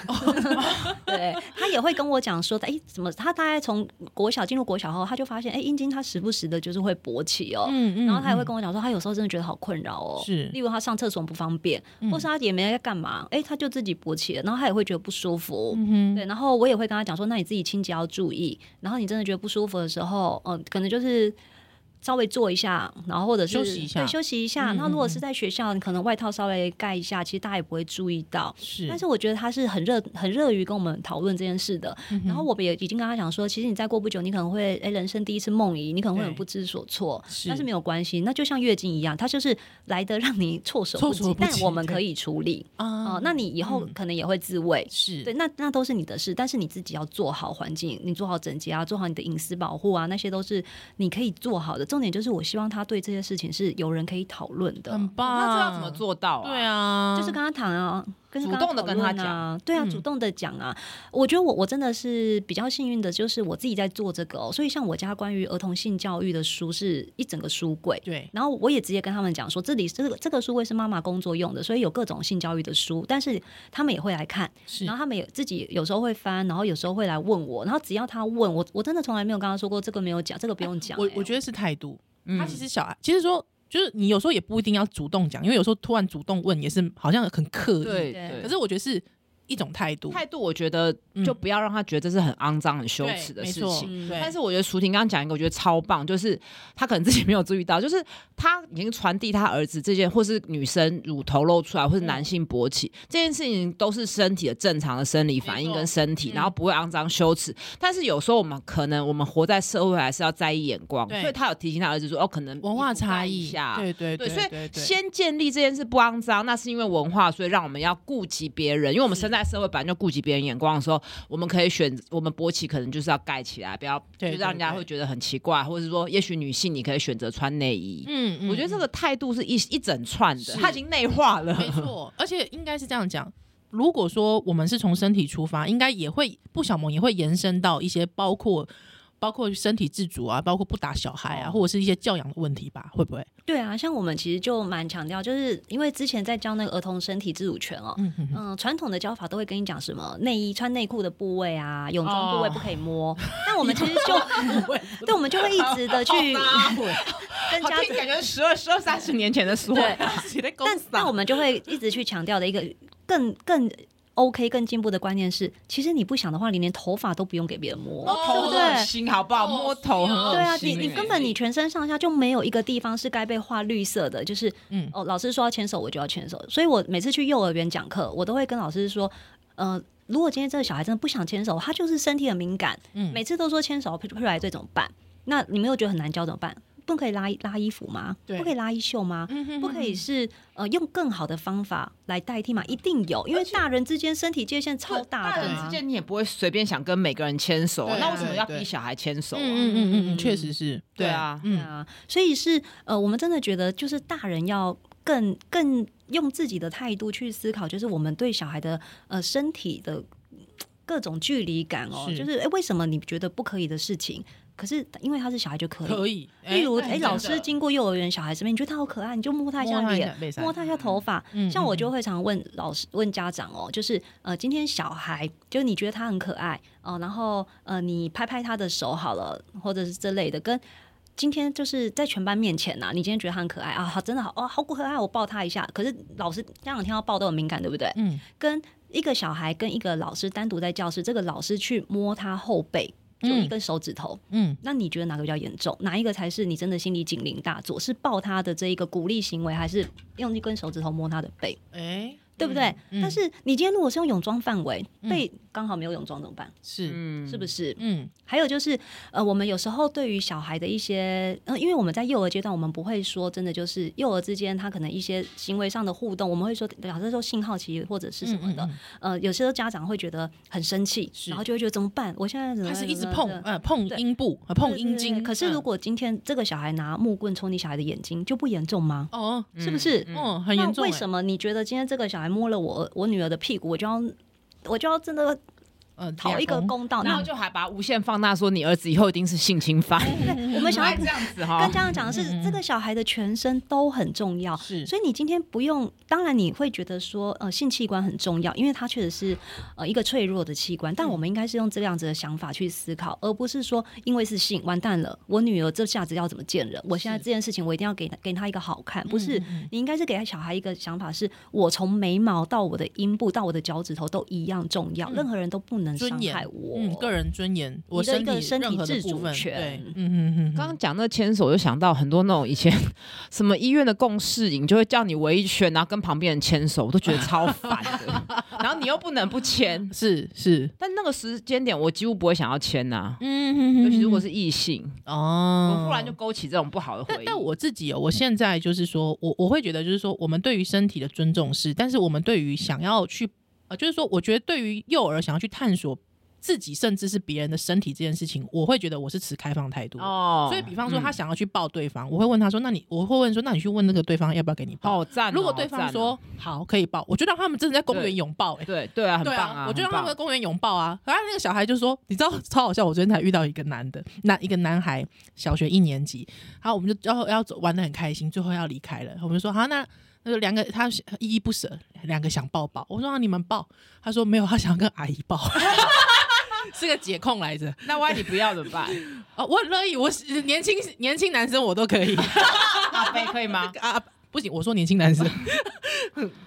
C: 对他也会跟我讲说，哎、怎么他大概从国小进入国小后，他就发现，哎、阴茎他时不时的就是会勃起哦、
A: 嗯嗯
C: 然后他也会跟我讲说，他有时候真的觉得好困扰哦、
A: 是嗯
C: 例如他上厕所不方便，或是他也没在干嘛，哎、他就自己勃起了，然后他也会觉得不舒服。
A: 嗯
C: 对，然后我也会跟他讲说，那你自己清洁要注意。然后你真的觉得不舒服的时候，嗯、可能就是稍微坐一下，然后或者是
A: 休息一下
C: 对，休息一下。
A: 嗯
C: 那、如果是在学校，你可能外套稍微盖一下，其实大家也不会注意到。
A: 是，
C: 但是我觉得他是很热很热于跟我们讨论这件事的。
A: 嗯
C: 然后我们也已经跟他讲说，其实你再过不久，你可能会哎、人生第一次梦遗，你可能会很
A: 对
C: 不知所措。
A: 是
C: 但是没有关系，那就像月经一样，它就是来的让你措手不
A: 措手
C: 及，
A: 不
C: 但
A: 及
C: 我们
A: 对
C: 可以处理。
A: 啊
C: 哦、那你以后可能也会自慰。
A: 是
C: 对，那那都是你的事，但是你自己要做好环境，你做好整洁啊，做好你的隐私保护啊，那些都是你可以做好的。重点就是，我希望他对这些事情是有人可以讨论的，
A: 很棒，
B: 那这要怎么？做到啊？
A: 对，啊，
C: 就是跟他谈啊，跟
B: 主
C: 刚
B: 动地
C: 讨
B: 跟他
C: 论啊
B: 讲，
C: 对啊，
A: 嗯
C: 主动的讲啊。我觉得我我真的是比较幸运的，就是我自己在做这个、哦，所以像我家关于儿童性教育的书是一整个书柜。
A: 对，
C: 然后我也直接跟他们讲说，这里这个这个书柜是妈妈工作用的，所以有各种性教育的书，但是他们也会来看，
A: 是
C: 然后他们也自己有时候会翻，然后有时候会来问我，然后只要他问我，我真的从来没有跟他说过这个没有讲，这个不用讲、
A: 我
C: 欸
A: 我觉得是态度。
B: 嗯
A: 他其实小孩，其实说就是你有时候也不一定要主动讲，因为有时候突然主动问也是好像很刻意。
B: 对
C: 对
B: 对，
A: 可是我觉得是一种态度，
B: 态度我觉得就不要让他觉得这是很肮脏、很羞
A: 对
B: 耻的
A: 没
B: 事
A: 错
B: 情。
C: 嗯
A: 对，
B: 但是我觉得舒婷刚刚讲一个，我觉得超棒，就是她可能自己没有注意到，就是她已经传递她儿子这件，或是女生乳头露出来，或是
A: 嗯
B: 男性勃起、这件事情，都是身体的正常的生理反应
A: 没错
B: 跟身体，
A: 嗯
B: 然后不会肮脏羞耻。但是有时候我们可能我们活在社会还是要在意眼光，
A: 对
B: 所以她有提醒她儿子说，哦，可能
A: 文化
B: 衣服带
A: 差
B: 一
A: 异
B: 下，，
A: 对对
B: 对，所
A: 对
B: 以
A: 对
B: 先建立这件事不肮脏，那是因为文化，所以让我们要顾及别人，因为我们
A: 是
B: 身在社会本来就顾及别人眼光的时候，我们可以选，我们勃起可能就是要盖起来，不要就
A: 对对
B: 让人家
A: 对
B: 会觉得很奇怪，或者是说，也许女性你可以选择穿内衣。
A: 嗯，嗯
B: 我觉得这个态度是一一整串的
A: 是，
B: 它已经内化了。
A: 没错，而且应该是这样讲。如果说我们是从身体出发，应该也会不小萌也会延伸到一些包括包括身体自主啊，包括不打小孩啊，
B: 哦
A: 或者是一些教养的问题吧，会不会？
C: 对啊，像我们其实就蛮强调，就是因为之前在教那个儿童身体自主权哦，
A: 嗯嗯，
C: 嗯，传统的教法都会跟你讲什么内衣穿内裤的部位啊，泳装部位不可以
B: 哦
C: 摸。但我们其 实就对，我们就会一直的去 跟
B: 好
C: 家
B: 听，
C: 长
B: 感觉十二、十二、三十年前的说
C: 对，但但我
B: 们
C: 们就会一直去强调的一个更更 OK 更进步的观念是，其实你不想的话，你连头发都不用给别人摸，
B: 摸哦头
C: 对不
B: 很
C: 对
B: 恶？心，好不好？摸头很恶心。
C: 对啊，你你
B: 哎
C: 根本你全身上下就没有一个地方是该被画绿色的，就是
A: 嗯
C: 嗯，哦，老师说要牵手，我就要牵手。所以我每次去幼儿园讲课，我都会跟老师说，呃，如果今天这个小孩真的不想牵手，他就是身体很敏感，
A: 嗯
C: 每次都说牵手会会来这怎么办？那你没有觉得很难教怎么办？不可以拉拉衣服吗？
A: 对嗯
C: 不可以拉衣袖吗？不可以是呃用更好的方法来代替嘛？一定有，因为大人之间身体界限超大的、
B: 人
C: 啊
B: 之。间你也不会随便想跟每个人牵手啊，
A: 对啊
B: 那为什么要
A: 对
B: 逼小孩牵手啊？
A: 嗯嗯嗯嗯，确实是，
B: 对啊
C: 对
A: 嗯，
C: 啊，所以是呃，我们真的觉得就是大人要更更用自己的态度去思考，就是我们对小孩的呃身体的嗯各种距离感哦，
A: 是
C: 就是哎，诶为什么你觉得不可以的事情，可是因为他是小孩就可以。
A: 可以。
C: 例如，哎、
A: 真的
C: 老师经过幼儿园小孩这边，你觉得他好可爱，你就摸他一下
A: 摸他一下
C: 脸
A: 背，上
C: 摸他一下头发。
A: 嗯
C: 像
A: 嗯
C: 我就会常问老师、问家长哦，就是呃，今天小孩，就是你觉得他很可爱哦、然后呃，你拍拍他的手好了，或者是这类的，跟今天就是在全班面前呐、你今天觉得他很可爱啊，好，真的好哦，好可爱，我抱他一下。可是老师家长听到抱都很敏感，对不对？
A: 嗯，
C: 跟一个小孩跟一个老师单独在教室，这个老师去摸他后背，就
A: 嗯
C: 一根手指头，
A: 嗯，
C: 那你觉得哪个比较严重？哪一个才是你真的心理警铃大作？是抱他的这一个鼓励行为，还是用一根手指头摸他的背？
A: 哎，
C: 对不对？
A: 嗯
C: 但是你今天如果是用泳装范围，背刚好没有泳装怎么办？
A: 是，
B: 嗯
C: 是不是？
A: 嗯，
C: 还有就是，呃，我们有时候对于小孩的一些，呃，因为我们在幼儿阶段，我们不会说真的就是幼儿之间他可能一些行为上的互动，我们会说，假设说性好奇或者是什么的，
A: 嗯嗯
C: 呃，有些时候家长会觉得很生气，
A: 是
C: 然后就会觉得怎么办？我现在怎么
A: 他
C: 办
A: 是一直
C: 怎么办
A: 碰
C: 怎么，办
A: 呃，碰
C: 对
A: 阴部，呃碰
C: 对
A: 阴
C: 对
A: 茎。
C: 对可是
A: 嗯
C: 如果今天这个小孩拿木棍戳你小孩的眼睛，就不严重吗？
A: 哦，
C: 是不是？
A: 哦，很严
C: 那
A: 重
C: 为
A: 欸。
C: 什么你觉得今天这个小孩摸了我我女儿的屁股，我就要我就要真的
A: 嗯，
C: 讨一个
A: 公
C: 公道？
B: 然
C: 那
B: 后就还把它无限放大，说你儿子以后一定是性侵犯。
A: 嗯
C: 对我们想要
B: 爱这样子
A: 哦
B: 哈
C: 跟，家长讲的是，这个小孩的全身都很重要。
A: 是
C: 所以你今天不用，当然你会觉得说，呃，性器官很重要，因为它确实是呃一个脆弱的器
A: 嗯
C: 官。但我们应该是用这样子的想法去思考，而不是说因为是性完蛋了，我女儿这下子要怎么见人？我现在
A: 是
C: 这件事情我一定要给她给她一个好看，不是
A: 嗯嗯嗯
C: 你应该是给小孩一个想法是，我从眉毛到我的阴部到我的脚趾头都一样重要，任何人都不能伤
A: 嗯尊严
C: 害我。
A: 嗯，个人尊严，我
C: 你的
A: 身
C: 一个
A: 体
C: 身
A: 任
C: 体
A: 何的部
C: 自主
A: 分，
C: 权
A: 对，嗯嗯嗯，
B: 刚刚讲那个牵手，我就想到很多那种以前 什么医院的共事营，就会叫你围一圈，然后跟旁边人牵手，我都觉得超烦的。 然后你又不能不牵，
A: 是是，
B: 但那个时间点我几乎不会想要牵呐、
A: 嗯，
B: 尤其如果是异性，
A: 哦
B: 我，忽然就勾起这种不好的回
A: 但
B: 忆。
A: 但我自己、哦，我现在就是说，我我会觉得就是说，我们对于身体的尊重是，但是我们对于想要去，呃，就是说，我觉得对于幼儿想要去探索自己甚至是别人的身体这件事情，我会觉得我是持开放态度的。
B: 哦
A: 所以，比方说他想要去抱对方，我会问他说：“那你，我会问说，那你去问那个对方要不要给你抱？”
B: 好赞哦，
A: 如果对
B: 好赞
A: 方
B: 哦
A: 说、好可以抱，我就让他们真的在公园拥抱、欸。
B: 对对啊，很
A: 对
B: 棒
A: 啊，我就让他们在
B: 很棒
A: 公园拥抱啊。然后那个小孩就说：“你知道超好笑，我昨天才遇到一个男的，男一个男孩，小学一年级。然后我们就要要走玩的很开心，最后要离开了。我们就说：好，那那就两个他依依不舍，两个想抱抱。我说：啊、你们抱。他说没有，他想要跟阿姨抱， 是个解控来着。
B: 那万一你不要怎 么办？
A: 哦，我很乐意，我是年轻年轻男生我都 可以
B: 阿飞可以吗？
A: 啊。啊不行，我说年轻男生，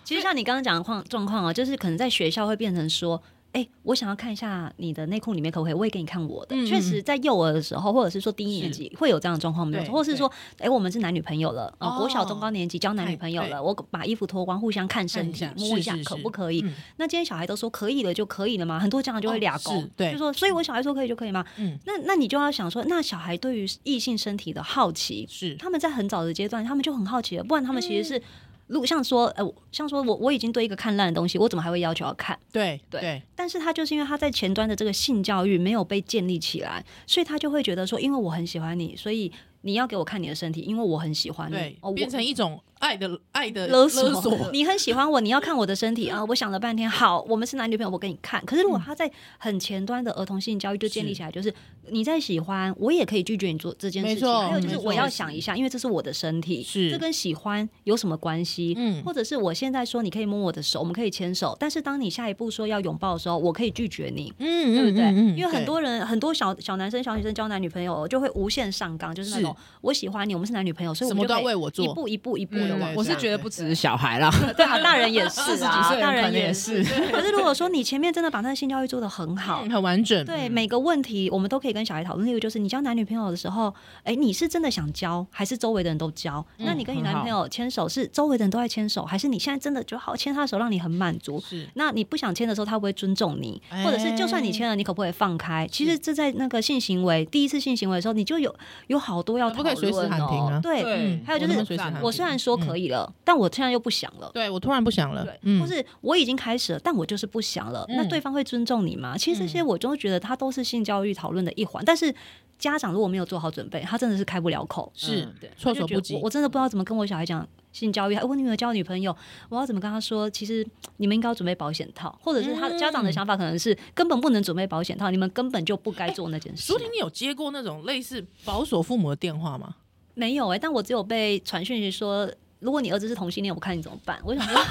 C: 其实像你刚刚讲的况状况啊，就是可能在学校会变成说。哎、我想要看一下你的内裤里面可不可以？我也给你看我的。
A: 嗯嗯
C: 确、实，在幼儿的时候，或者是说低年级会有这样的状况，没有错，
A: 对
C: 或是说，哎、我们是男女朋友了，呃，
A: 哦
C: 国小、中高年级交男女朋友
A: 对
C: 了，我把衣服脱光，互相看身体，
A: 看一下
C: 摸一下
A: 是是
C: 可
A: 是
C: 不可以？
A: 嗯
C: 那今天小孩都说可以了就可以了吗？很多家长就会俩
A: 哦
C: 勾
A: 是，对
C: 就说，所以我小孩说可以就可以吗？
A: 嗯
C: 那那你就要想说，那小孩对于异性身体的好奇，
A: 是
C: 他们在很早的阶段，他们就很好奇了，不然他们其
A: 嗯
C: 实是，如果像说，呃，像说我我已经对一个看烂的东西，我怎么还会要求要看？
A: 对
C: 对
A: 对，
C: 但是他就是因为他在前端的这个性教育没有被建立起来，所以他就会觉得说，因为我很喜欢你，所以你要给我看你的身体，因为我很喜欢你
A: 对，，
C: 哦，我
A: 变成一种爱的爱的
C: 勒
A: 索。
C: 索，你很喜欢我，你要看我的身体啊！我想了半天，好，我们是男女朋友，我给你看。可是如
A: 嗯
C: 果他在很前端的儿童性教育就建立起来，就是你在喜欢，我也可以拒绝你做这件事
A: 没
C: 情。
A: 错
C: 还有就是
A: 没错
C: 我要想一下，因为这是我的身体，
A: 是
C: 这跟喜欢有什么关系？
A: 嗯
C: 或者是我现在说你可以摸我的手，我们可以牵手，但是当你下一步说要拥抱的时候，我可以拒绝你。
A: 嗯，
C: 对不对？
A: 嗯嗯嗯
C: 因为很
A: 对
C: 多人很多小小男生、小女生交男女朋友哦就会无限上纲，就是那种我喜欢你，我们是男女朋友，所以我
A: 什么
C: 们就
A: 都要
C: 可以
A: 为我
C: 一
A: 做，
C: 步一步一步
A: 嗯
C: 的往
A: 对
C: 上。
B: 我是觉得不只是小孩啦，
C: 对啊，大人也是
B: 四十几
C: 啊，
B: 岁的
C: 大
B: 人可能
C: 人
B: 也
C: 也
B: 是。
C: 可是如果说你前面真的把那个性教育做得很好
A: 嗯，很完整，
C: 对每个问题我们都可以跟小孩讨论。例如就是你交男女朋友的时候，哎，你是真的想交，还是周围的人都交？那你跟你
B: 嗯很
C: 男
B: 好
C: 朋友牵手是周围的人都在牵手，还是你现在真的就好牵他的手让你很满足？
A: 是
C: 那你不想牵的时候，他会不会尊重你？
A: 哎
C: 或者是就算你牵了，你可不可以放开？其实这在那个性行为第一次性行为的时候，你就有有好多要
A: 不
C: 讨
A: 可以随
C: 论
A: 时喊停
C: 哦
A: 啊。
C: 对，
A: 嗯
C: 还有就
A: 我
C: 是
A: 们随时喊
C: 我
A: 停
C: 虽然
B: 嗯
C: 说可以了，但我现在又不想了。
A: 嗯对我突然不想了
C: 对，，
A: 嗯
C: 或是我已经开始了，但我就是不想了，那
A: 嗯
C: 对方会尊重你吗？其实这些我都觉得它都是性教育讨论的一环，但是家长如果没有做好准备，他真的是开不了口，
A: 是
B: 嗯对
A: 措
C: 他就
A: 手
C: 觉
A: 不
C: 得
A: 及
C: 我。我真的不知道怎么跟我小孩讲。性教育，哎我女儿交女朋友，我要怎么跟她说？其实你们应该要准备保险套，或者是他
A: 嗯哎
C: 家长的想法可能是根本不能准备保险套，你们根本就不该做那件事
A: 舒。婷，你有接过那种类似保守父母的电话吗？
C: 没有哎、但我只有被传讯息说，如果你儿子是同性恋，我看你怎么办。我想说。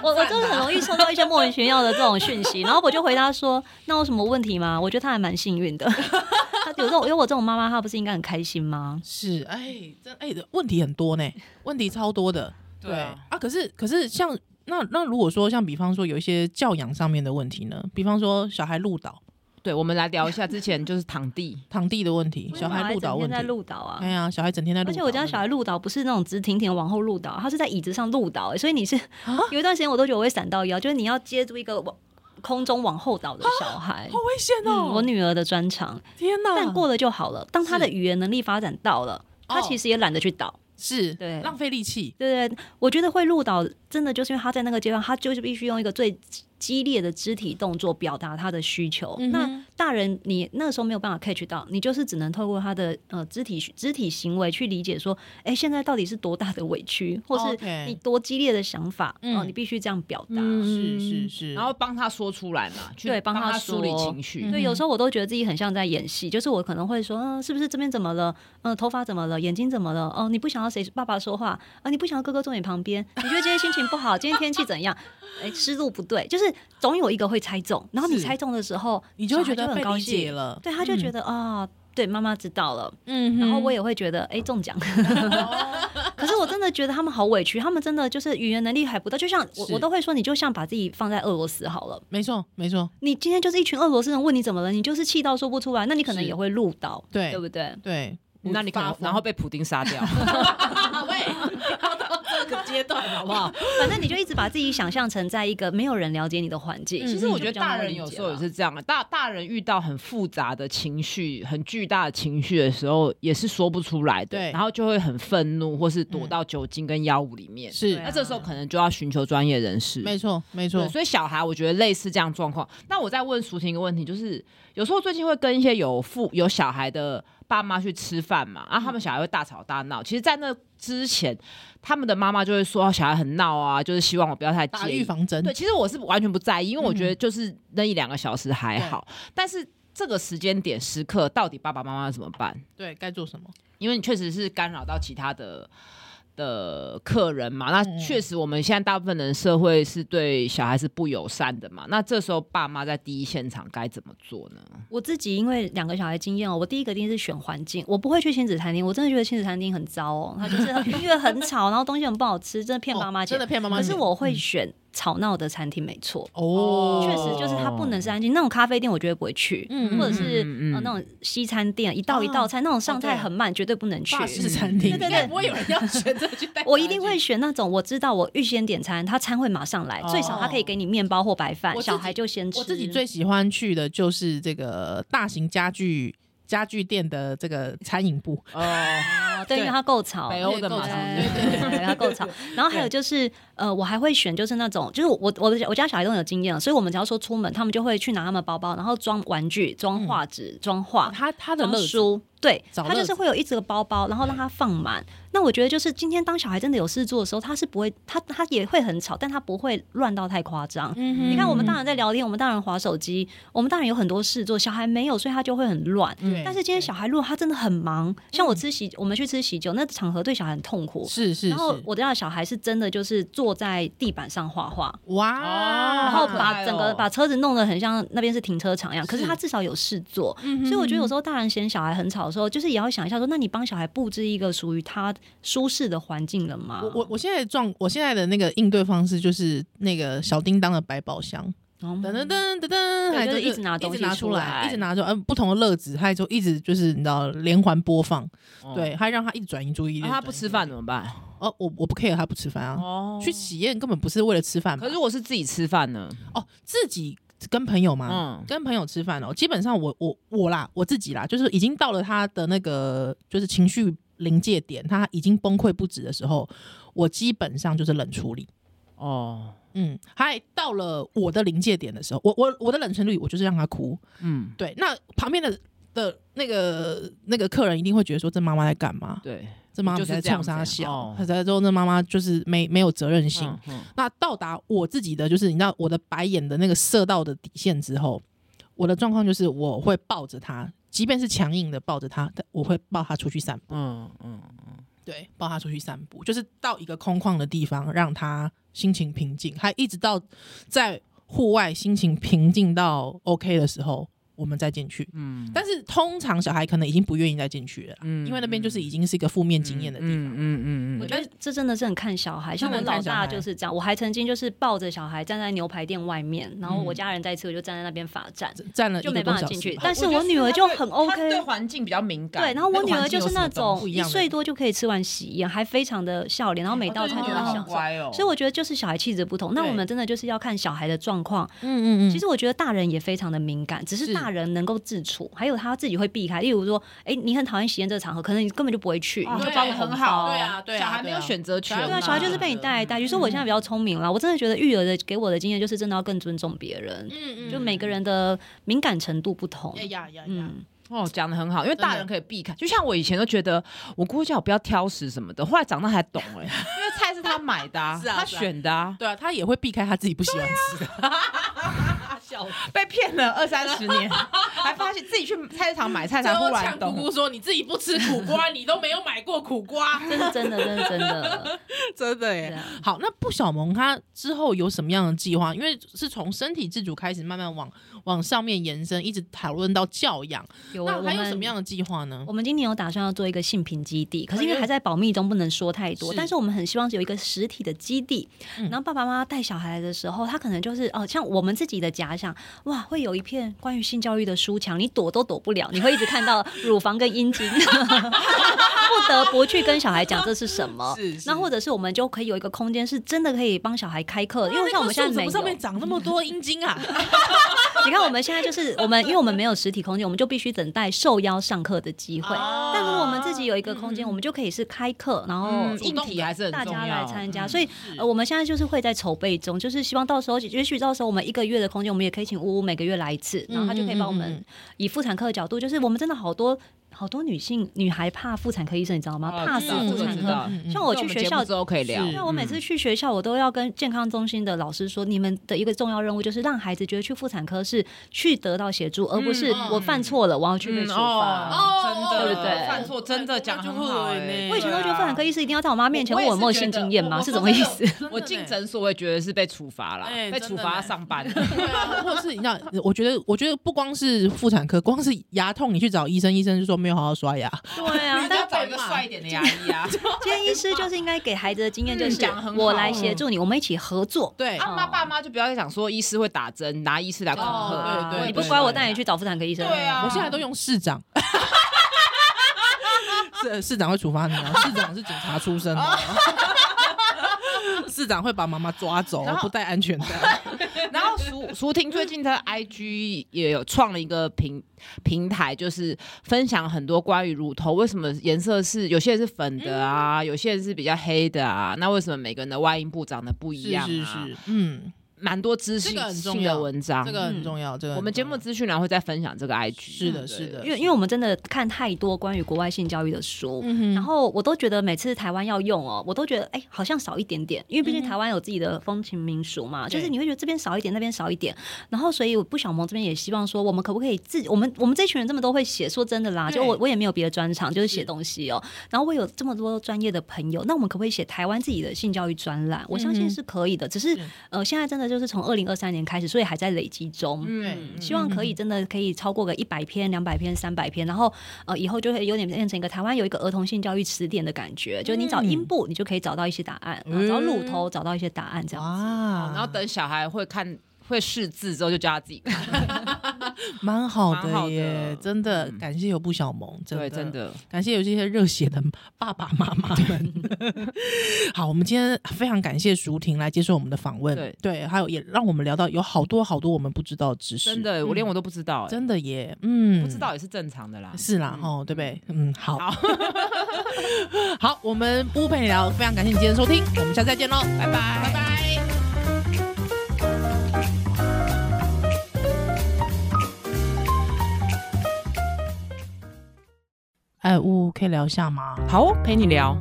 C: 我我真的很容易收到一些莫名其妙的这种讯息，然后我就回答说：“那有什么问题吗？”我觉得他还蛮幸运的。他有这种有我这种妈妈，她不是应该很开心吗？
A: 是，哎，真哎，问题很多呢，问题超多的。
B: 对啊
A: 啊，可是可是像那那如果说像比方说有一些教养上面的问题呢，比方说小孩路倒
B: 对，我们来聊一下之前就是躺地，
A: 堂弟的问题，小孩路倒
C: 整
A: 问
C: 天
A: 题
C: 在，鹿岛啊
A: 哎，呀，小孩整天在路
C: 而
A: 倒，
C: 且我家小孩鹿岛不是那种直挺挺往后鹿岛，他是在椅子上鹿岛、欸，所以你是有一段时间我都觉得我会闪到腰，就是你要接住一个往空中往后倒的小孩。
A: 好危险
C: 嗯
A: 哦！
C: 我女儿的专长，
A: 天哪，
C: 但过了就好了。当他的
A: 嗯是
C: 语言能力发展到了，他
A: 哦
C: 其实也懒得去倒。
A: 是
C: 对
A: 浪费力气，
C: 对对，我觉得会入岛，真的就是因为他在那个阶段，他就是必须用一个最激烈的肢体动作表达他的需求。
A: 嗯哼
C: 那大人你那时候没有办法 catch 到，你就是只能透过他的呃肢体肢体行为去理解说，哎，现在到底是多大的委屈，或是
A: OK
C: 你多激烈的想法，哦、
A: 嗯
C: 你必须这样表达。
A: 是是是，
B: 然后帮他说出来嘛，去
C: 对帮
B: 帮
C: 他
B: 梳理
C: 说
B: 情绪
A: 嗯。
C: 对，有时候我都觉得自己很像在演戏，就是我可能会说，嗯、是不是这边怎么了？嗯、头发怎么了？眼睛怎么了？哦、你不想要谁爸爸说话啊、你不想要哥哥坐你旁边？你觉得今天心情不好？今天天气怎样？哎，思路不对，就是总有一个会猜中，然后你
A: 是
C: 猜中的时候，
A: 你就会
C: 小
A: 觉得
C: 孩很
A: 被
C: 高
A: 理解
C: 兴，
A: 了，
C: 对，他就觉
A: 得，
C: 得啊、对，妈妈知道了。
A: 嗯哼，
C: 然后我也会觉得，哎，中奖。 可是我真的觉得他们好委屈，他们真的就是语言能力还不到，就像我
A: 是
C: 我都会说，你就像把自己放在俄罗斯好了。
A: 没错没错，
C: 你今天就是一群俄罗斯人问你怎么了，你就是气到说不出来，那你可能
A: 是
C: 也会录到，
A: 对
C: 对不对？
A: 对，
B: 那你可能然后被普丁杀掉，
A: 啊喂，个阶段，好不好？
C: 反正你就一直把自己想象成在一个没有人了解你的环境。
B: 其实
C: 嗯
B: 我觉得大人有时候也是这样啊，大大人遇到很复杂的情绪、很巨大的情绪的时候，也是说不出来的，
A: 对
B: 然后就会很愤怒，或是躲
A: 嗯
B: 到酒精跟药物里面。
A: 是
C: 对
B: 那
C: 啊
B: 这时候可能就要寻求专业人士。
A: 没错，没
B: 对，
A: 错。
B: 所以小孩我觉得类似这样状况。那我再问舒婷一个问题，就是有时候最近会跟一些有父有小孩的爸妈去吃饭嘛，
A: 嗯
B: 然、后他们小孩会大吵大闹。其实，在那之前，他们的妈妈就会说小孩很闹啊，就是希望我不要太
A: 打
B: 介
A: 预
B: 意。
A: 防针，
B: 对，其实我是完全不在意，因为我
A: 嗯
B: 觉得就是那一两个小时还好，但是这个时间点时刻到底爸爸妈妈怎么办？
A: 对该做什么？
B: 因为你确实是干扰到其他的。的客人嘛，那
A: 嗯
B: 确实我们现在大部分人社会是对小孩是不友善的嘛。那这时候爸妈在第一现场该怎么做呢？
C: 我自己因为两个小孩经验哦，我第一个一定是选环境，我不会去亲子餐厅，我真的觉得亲子餐厅很糟哦，它就是 音乐很吵，然后东西很不好吃，真的骗
A: 哦
C: 妈妈
A: 真
C: 钱
A: 的。骗妈妈
C: 可
A: 钱。
C: 是我
B: 嗯
C: 会选吵闹的餐厅，没错。
A: 哦，
C: 确实就是它不能是安静，那种咖啡店我绝对不会去，
A: 嗯
C: 或者是、
B: 嗯嗯嗯
C: 呃那种西餐店一道一道菜，那种上菜很慢，绝对不能去。
A: 法式餐厅，
C: 对对对
A: 应该不会有人要选择去带小孩去。
C: 我一定会选那种我知道我预先点餐，他餐会马上来，
A: 哦
C: 最少他可以给你面包或白饭
A: 我，自己
C: 小孩就先吃。
A: 我自己最喜欢去的就是这个大型家具家具店的这个餐饮部，
B: 哦，
C: 哦
B: 对
C: 对，因为它够吵。嗯
B: 北欧的嘛，
A: 对
B: 对
A: 对对
C: 对，它 够吵。 然后还有就是，呃，我还会选就是那种，就是我我的我家小孩都很有经验了，所以我们只要说出门，他们就会去拿他们包包，然后装玩具、装画纸、装画、
A: 他他的
C: 哦装
A: 乐趣
C: 书，对，
A: 嗯哦找
C: 他
A: 乐
C: 就是
A: 子
C: 会有一整个包包，然后让他放满。那我觉得就是今天当小孩真的有事做的时候，他是不会，他他也会很吵，但他不会乱到太夸张。
A: 嗯
C: 你看，我们大人在聊天，我们大人划手机，我们大人有很多事做，小孩没有，所以他就会很乱。
A: 嗯对
C: 嗯
A: 嗯
C: 但是今天小孩如果他真的很忙，像我吃喜，我们去吃喜酒，那场合对小孩很痛苦。
A: 是是
C: 然后
A: 是，
C: 我家的小孩是真的就是坐在地板上画画，
A: 哇，
B: 哦
C: 然后
B: 好可
C: 把
B: 爱
C: 整个
B: 哦
C: 把车子弄得很像那边是停车场一样。可是
A: 是
C: 他至少有事做，
A: 嗯哼
C: 所以我觉得有时候大人嫌小孩很吵的时候，就是也要想一下说，那你帮小孩布置一个属于他舒适的环境了吗？
A: 我我我现在的状，我现在的那个应对方式就是那个小叮当的百宝箱，
C: 嗯
A: 噔噔噔噔噔，
C: 对
A: 还
C: 就是一直拿
A: 一
C: 东
A: 直
C: 西
A: 拿出
C: 出
A: 来，
C: 来
A: 一直拿出来，呃，不同的乐子，还就一直就是你知道连环播放，
B: 哦
A: 对，，还让他一直转移注意力。
B: 那啊他不吃饭怎么办？
A: 哦，我我不 care 他不吃饭啊，
B: 哦
A: 去喜宴根本不是为了吃饭吧，
B: 可是如果是自己吃饭呢？
A: 哦，自己跟朋友
C: 啊
A: 吗？
B: 嗯，
A: 跟朋友吃饭哦，基本上我我我啦，我自己啦，就是已经到了他的那个就是情绪临界点，他已经崩溃不止的时候，我基本上就是冷处理。
B: 哦，
A: 嗯，还到了我的临界点的时候，我我我的冷处理，我就是让他哭。
B: 嗯，
A: 对，那旁边的的那个那个客人一定会觉得说，这妈妈在干嘛？
B: 对，
A: 这妈妈
B: 就是
A: 在
B: 这样
A: 冲啥
B: 子啊
A: 笑
B: 哦？
A: 他在说这妈妈就是没没有责任心。
B: 嗯嗯
A: 那到达我自己的，就是你知道我的白眼的那个射到的底线之后，我的状况就是我会抱着他，即便是强硬的抱着他，但我会抱他出去散步，
B: 嗯嗯，
A: 对，抱他出去散步，就是到一个空旷的地方，让他心情平静，还一直到在户外心情平静到 OK 的时候，我们再进去。
B: 嗯
A: 但是通常小孩可能已经不愿意再进去了啦，
B: 嗯
A: 因为那边就是已经是一个负面经验的地
B: 嗯
A: 方。
B: 嗯嗯
C: 我
B: 嗯
C: 觉得这真的是很看小孩，像我
A: 真的很看
C: 老
A: 小
C: 大
A: 孩
C: 就是这样。我还曾经就是抱着小孩站在牛排店外面，
B: 嗯
C: 然后我家人在吃，我就站在那边罚站。
A: 站了一
C: 就
A: 个
C: 没
A: 多
C: 办法
A: 小
C: 进
A: 时
C: 去
A: 吧，
C: 但是
B: 觉得
C: 我女儿
B: 他
C: 就
B: 对
C: 很
B: 他
C: OK
B: 对环境比较敏感。
C: 对，然后
B: 那
C: 我
B: 个
C: 女
B: 环
C: 儿
B: 境
C: 就
B: 有
C: 是
B: 什
C: 那
B: 么
C: 种
A: 不一
C: 一
A: 样的
C: 岁多就可以吃完喜宴，还非常的笑脸，然后每道
B: 哦对
C: 菜都
B: 女
C: 很
B: 儿好
C: 享受。
B: 乖哦
C: 所以我觉得就是小孩气质不同。那
A: 对
C: 我们真的就是要看小孩的状况。
A: 嗯嗯嗯，
C: 其实我觉得大人也非常的敏感，只是
A: 是
C: 大人能够自处，还有他自己会避开。例如说，哎，你很讨厌喜宴这个场合，可能你根本就不会去，你就
B: 对
C: 包个红
B: 很
C: 包。
B: 好，
A: 对啊对啊
B: 小孩没有
A: 对啊
B: 选择权嘛，
C: 对啊，小孩就是被你带来
A: 嗯
C: 带去。所以我现在比较聪明了，我真的觉得育儿的给我的经验就是真的要更尊重别人，
A: 嗯
C: 就每个人的敏感程度不同。
A: 呀呀呀呀，
C: 嗯，
B: 哦，讲的很好，因为
A: 真的
B: 大人可以避开。就像我以前都觉得我姑姑叫我不要挑食什么的，后来长大才懂哎、因为菜是他买的、啊，
A: 是啊
B: 他
A: 是啊
B: 选的、啊，
A: 对啊，他也会避开他自己不喜欢吃的。
B: 被骗了二三十年，还发现自己去菜市场买菜才忽然
A: 呛姑
B: 懂
A: 姑。说：“你自己不吃苦瓜，你都没有买过苦瓜。
C: 这是真的，这是 真的。”
A: 真的
C: 对
A: 耶。
C: 啊
A: 好，那布小萌他之后有什么样的计划？因为是从身体自主开始，慢慢往往上面延伸，一直讨论到教养。
C: 有
A: 那
C: 我
A: 还有
C: 们
A: 什么样的计划呢？
C: 我们今年有打算要做一个性平基地，可是因
A: 哎
C: 为
A: 呦
C: 还在保密中，不能说太多。
A: 是
C: 但是我们很希望有一个实体的基地，
A: 嗯。
C: 然后爸爸妈妈带小孩来的时候，他可能就是哦、像我们自己的假想，哇，会有一片关于性教育的书墙，你躲都躲不了，你会一直看到乳房跟阴茎，不得不去跟小孩讲这是什么
A: 是是
C: 那或者是我们就可以有一个空间，是真的可以帮小孩开
A: 哦
C: 课，因为像我们现在
A: 怎
C: 没
A: 么
C: 有，
A: 上面长那么多阴茎啊？
C: 你看我们现在就是我们，因为我们没有实体空间，我们就必须等待受邀上课的机会。
A: 啊
C: 但如果我们自己有一个空间，我们就可以是开课，然后啊
B: 嗯，
A: 主
B: 硬
A: 动
B: 体还是很
C: 大
B: 重
C: 家来
B: 要。
C: 参加。
B: 嗯
C: 所以、呃、我们现在就是会在筹备中，就是希望到时候，也许到时候我们一个月的空间，我们也可以请呜呜每个月来一次，然后他就可以帮我
A: 嗯嗯嗯
C: 们以妇产科的角度，就是我们真的好多好多女性女孩怕妇产科医生，你知道吗？
B: 哦
C: 怕
B: 知
C: 死
B: 道
C: 妇
B: 这个
C: 产
B: 知
C: 科。
B: 道
C: 像我去学校
B: 之后可以聊，
A: 是
C: 那我每
B: 嗯
C: 次去学校，我都要跟健康中心的老师说，你们的一个重要任务就是让孩子觉得去妇产科是去得到协助，而不是
B: 嗯
C: 我犯错了我要去被处罚。
A: 哦
B: 真的
C: 对不对
B: 犯错真的讲很好哎，
A: 我
C: 我以前都觉得妇产科医师一定要在我妈面前
B: 我
C: 问
B: 也
C: 我有没有
B: 是觉
C: 性
B: 得
C: 经验吗？
B: 我
C: 是什么意思？
B: 我进诊所会觉得是被处罚啦，
A: 哎
B: 被处罚要上班。
A: 对啊，或者 是你知道，我觉得，我觉得不光是妇产科，光是牙痛，你去找医生，医生就说没有好好刷牙。
C: 对 啊，
B: 要
C: 但
B: 找一个帅一点的牙医 啊，
C: 建议师就是应该给孩子的经验就
B: 嗯
C: 是
B: 讲得很好
C: 我来协助你，我们一起合作。
A: 对，
B: 啊妈爸妈就不要想说医师会打针，拿医师来恐吓。
A: 哦对对
C: 你
A: 对
C: 不乖，我带你去找妇产科医生。
B: 对啊
A: 我现在都用市长。市市长会处罚你哦，市长是警察出身哦，市长会把妈妈抓走
B: 然，后
A: 不戴安全带。
B: 然后舒舒婷最近在 IG 也有创了一个平平台，就是分享很多关于乳头为什么颜色是有些人是粉的
A: 嗯
B: 啊，有些人是比较黑的啊，那为什么每个人的外阴部长得不一样、啊？，
A: 嗯，
B: 蛮多知识
A: 这个很重
B: 性
A: 要
B: 的文章。
A: 这个很重要。这个很
B: 我们节目
A: 重
B: 资讯栏会再分享这个 IG。
A: 要是的，是的，
C: 因为因为我们真的看太多关于国外性教育的书，
A: 嗯
C: 然
A: 哼
C: 后我都觉得每次台湾要用哦，我都觉得哎、好像少一点点，因为毕竟
A: 嗯哼
C: 台湾有自己的风情民俗嘛，就是
A: 对
C: 你会觉得这边少一点，那边少一点，然后所以我不小萌这边也希望说，我们可不可以自我们我们这群人这么多会写，说真的啦，
A: 对
C: 就我我也没有别的专长，就是写
A: 是
C: 东西哦，然后我有这么多专业的朋友，那我们可不可以写台湾自己的性教育专栏？我相
A: 嗯
C: 信
A: 哼
C: 是可以的，只是
A: 是
C: 呃现在真的就是从二零二三年开始，所以还在累积中，
B: 嗯，
C: 希望可以真的可以超过个一百篇、两百篇、三百篇，然后呃以后就会有点变成一个台湾有一个儿童性教育词典的感觉，就你找
A: 嗯
C: 阴部，你就可以找到一些答案，
A: 嗯
C: 然后找乳头找到一些答案，这样子。
A: 哇
B: 哦然后等小孩会看会识字之后，就叫他自己看。
A: 蛮好
B: 蛮好
A: 的
B: 的
A: 耶，真的
B: 嗯
A: 感谢有不小萌，真
B: 对，
A: 的
B: 真的，
A: 感谢有这些热血的爸爸妈妈们。好，我们今天非常感谢舒婷来接受我们的访问，
B: 对
A: 还有也让我们聊到有好多好多我们不知道的知识，
B: 真的，我连我都不知道，哎
A: 真的耶，嗯，
B: 不知道也是正常的啦。
A: 是啦，哦，对不对？嗯，好，
B: 好
A: 好，我们不陪你聊，非常感谢你今天的收听，我们下次再见喽，拜拜，拜拜。哎，呜，可以聊一下吗？
B: 好哦，陪你聊。